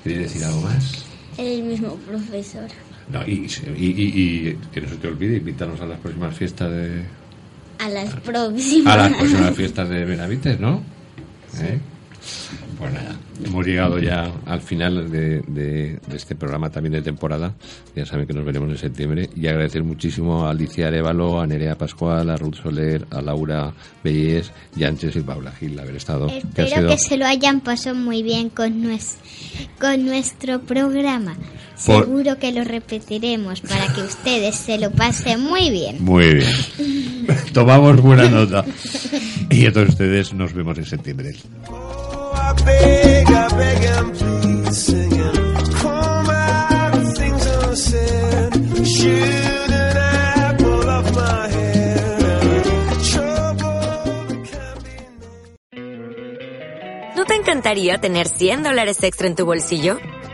Speaker 4: ¿queréis decir algo más?
Speaker 17: El mismo profesor.
Speaker 4: No, y, y, y- y que no se te olvide invitarnos a las próximas fiestas de,
Speaker 17: A las próximas.
Speaker 4: A las próximas fiestas de Benavites, ¿no? ¿Eh? Pues nada, hemos llegado ya al final de, de- de este programa también de temporada. Ya saben que nos veremos en septiembre. Y agradecer muchísimo a Alicia Arevalo, a Nerea Pascual, a Ruth Soler, a Laura Bellés, Yanches y Paula Gil haber estado. que ha
Speaker 8: Espero
Speaker 4: sido-
Speaker 8: que se lo hayan pasado muy bien con, nues- con nuestro programa.
Speaker 4: Por-
Speaker 8: Seguro que lo repetiremos para que ustedes se lo pasen muy bien.
Speaker 4: Muy bien. Tomamos buena nota. Y a todos ustedes nos vemos en septiembre.
Speaker 21: beg, I beg and please singing. Comb out the things I said. Shoot an apple off my head. Trouble.
Speaker 22: ¿No te encantaría tener 100 dólares extra en tu bolsillo?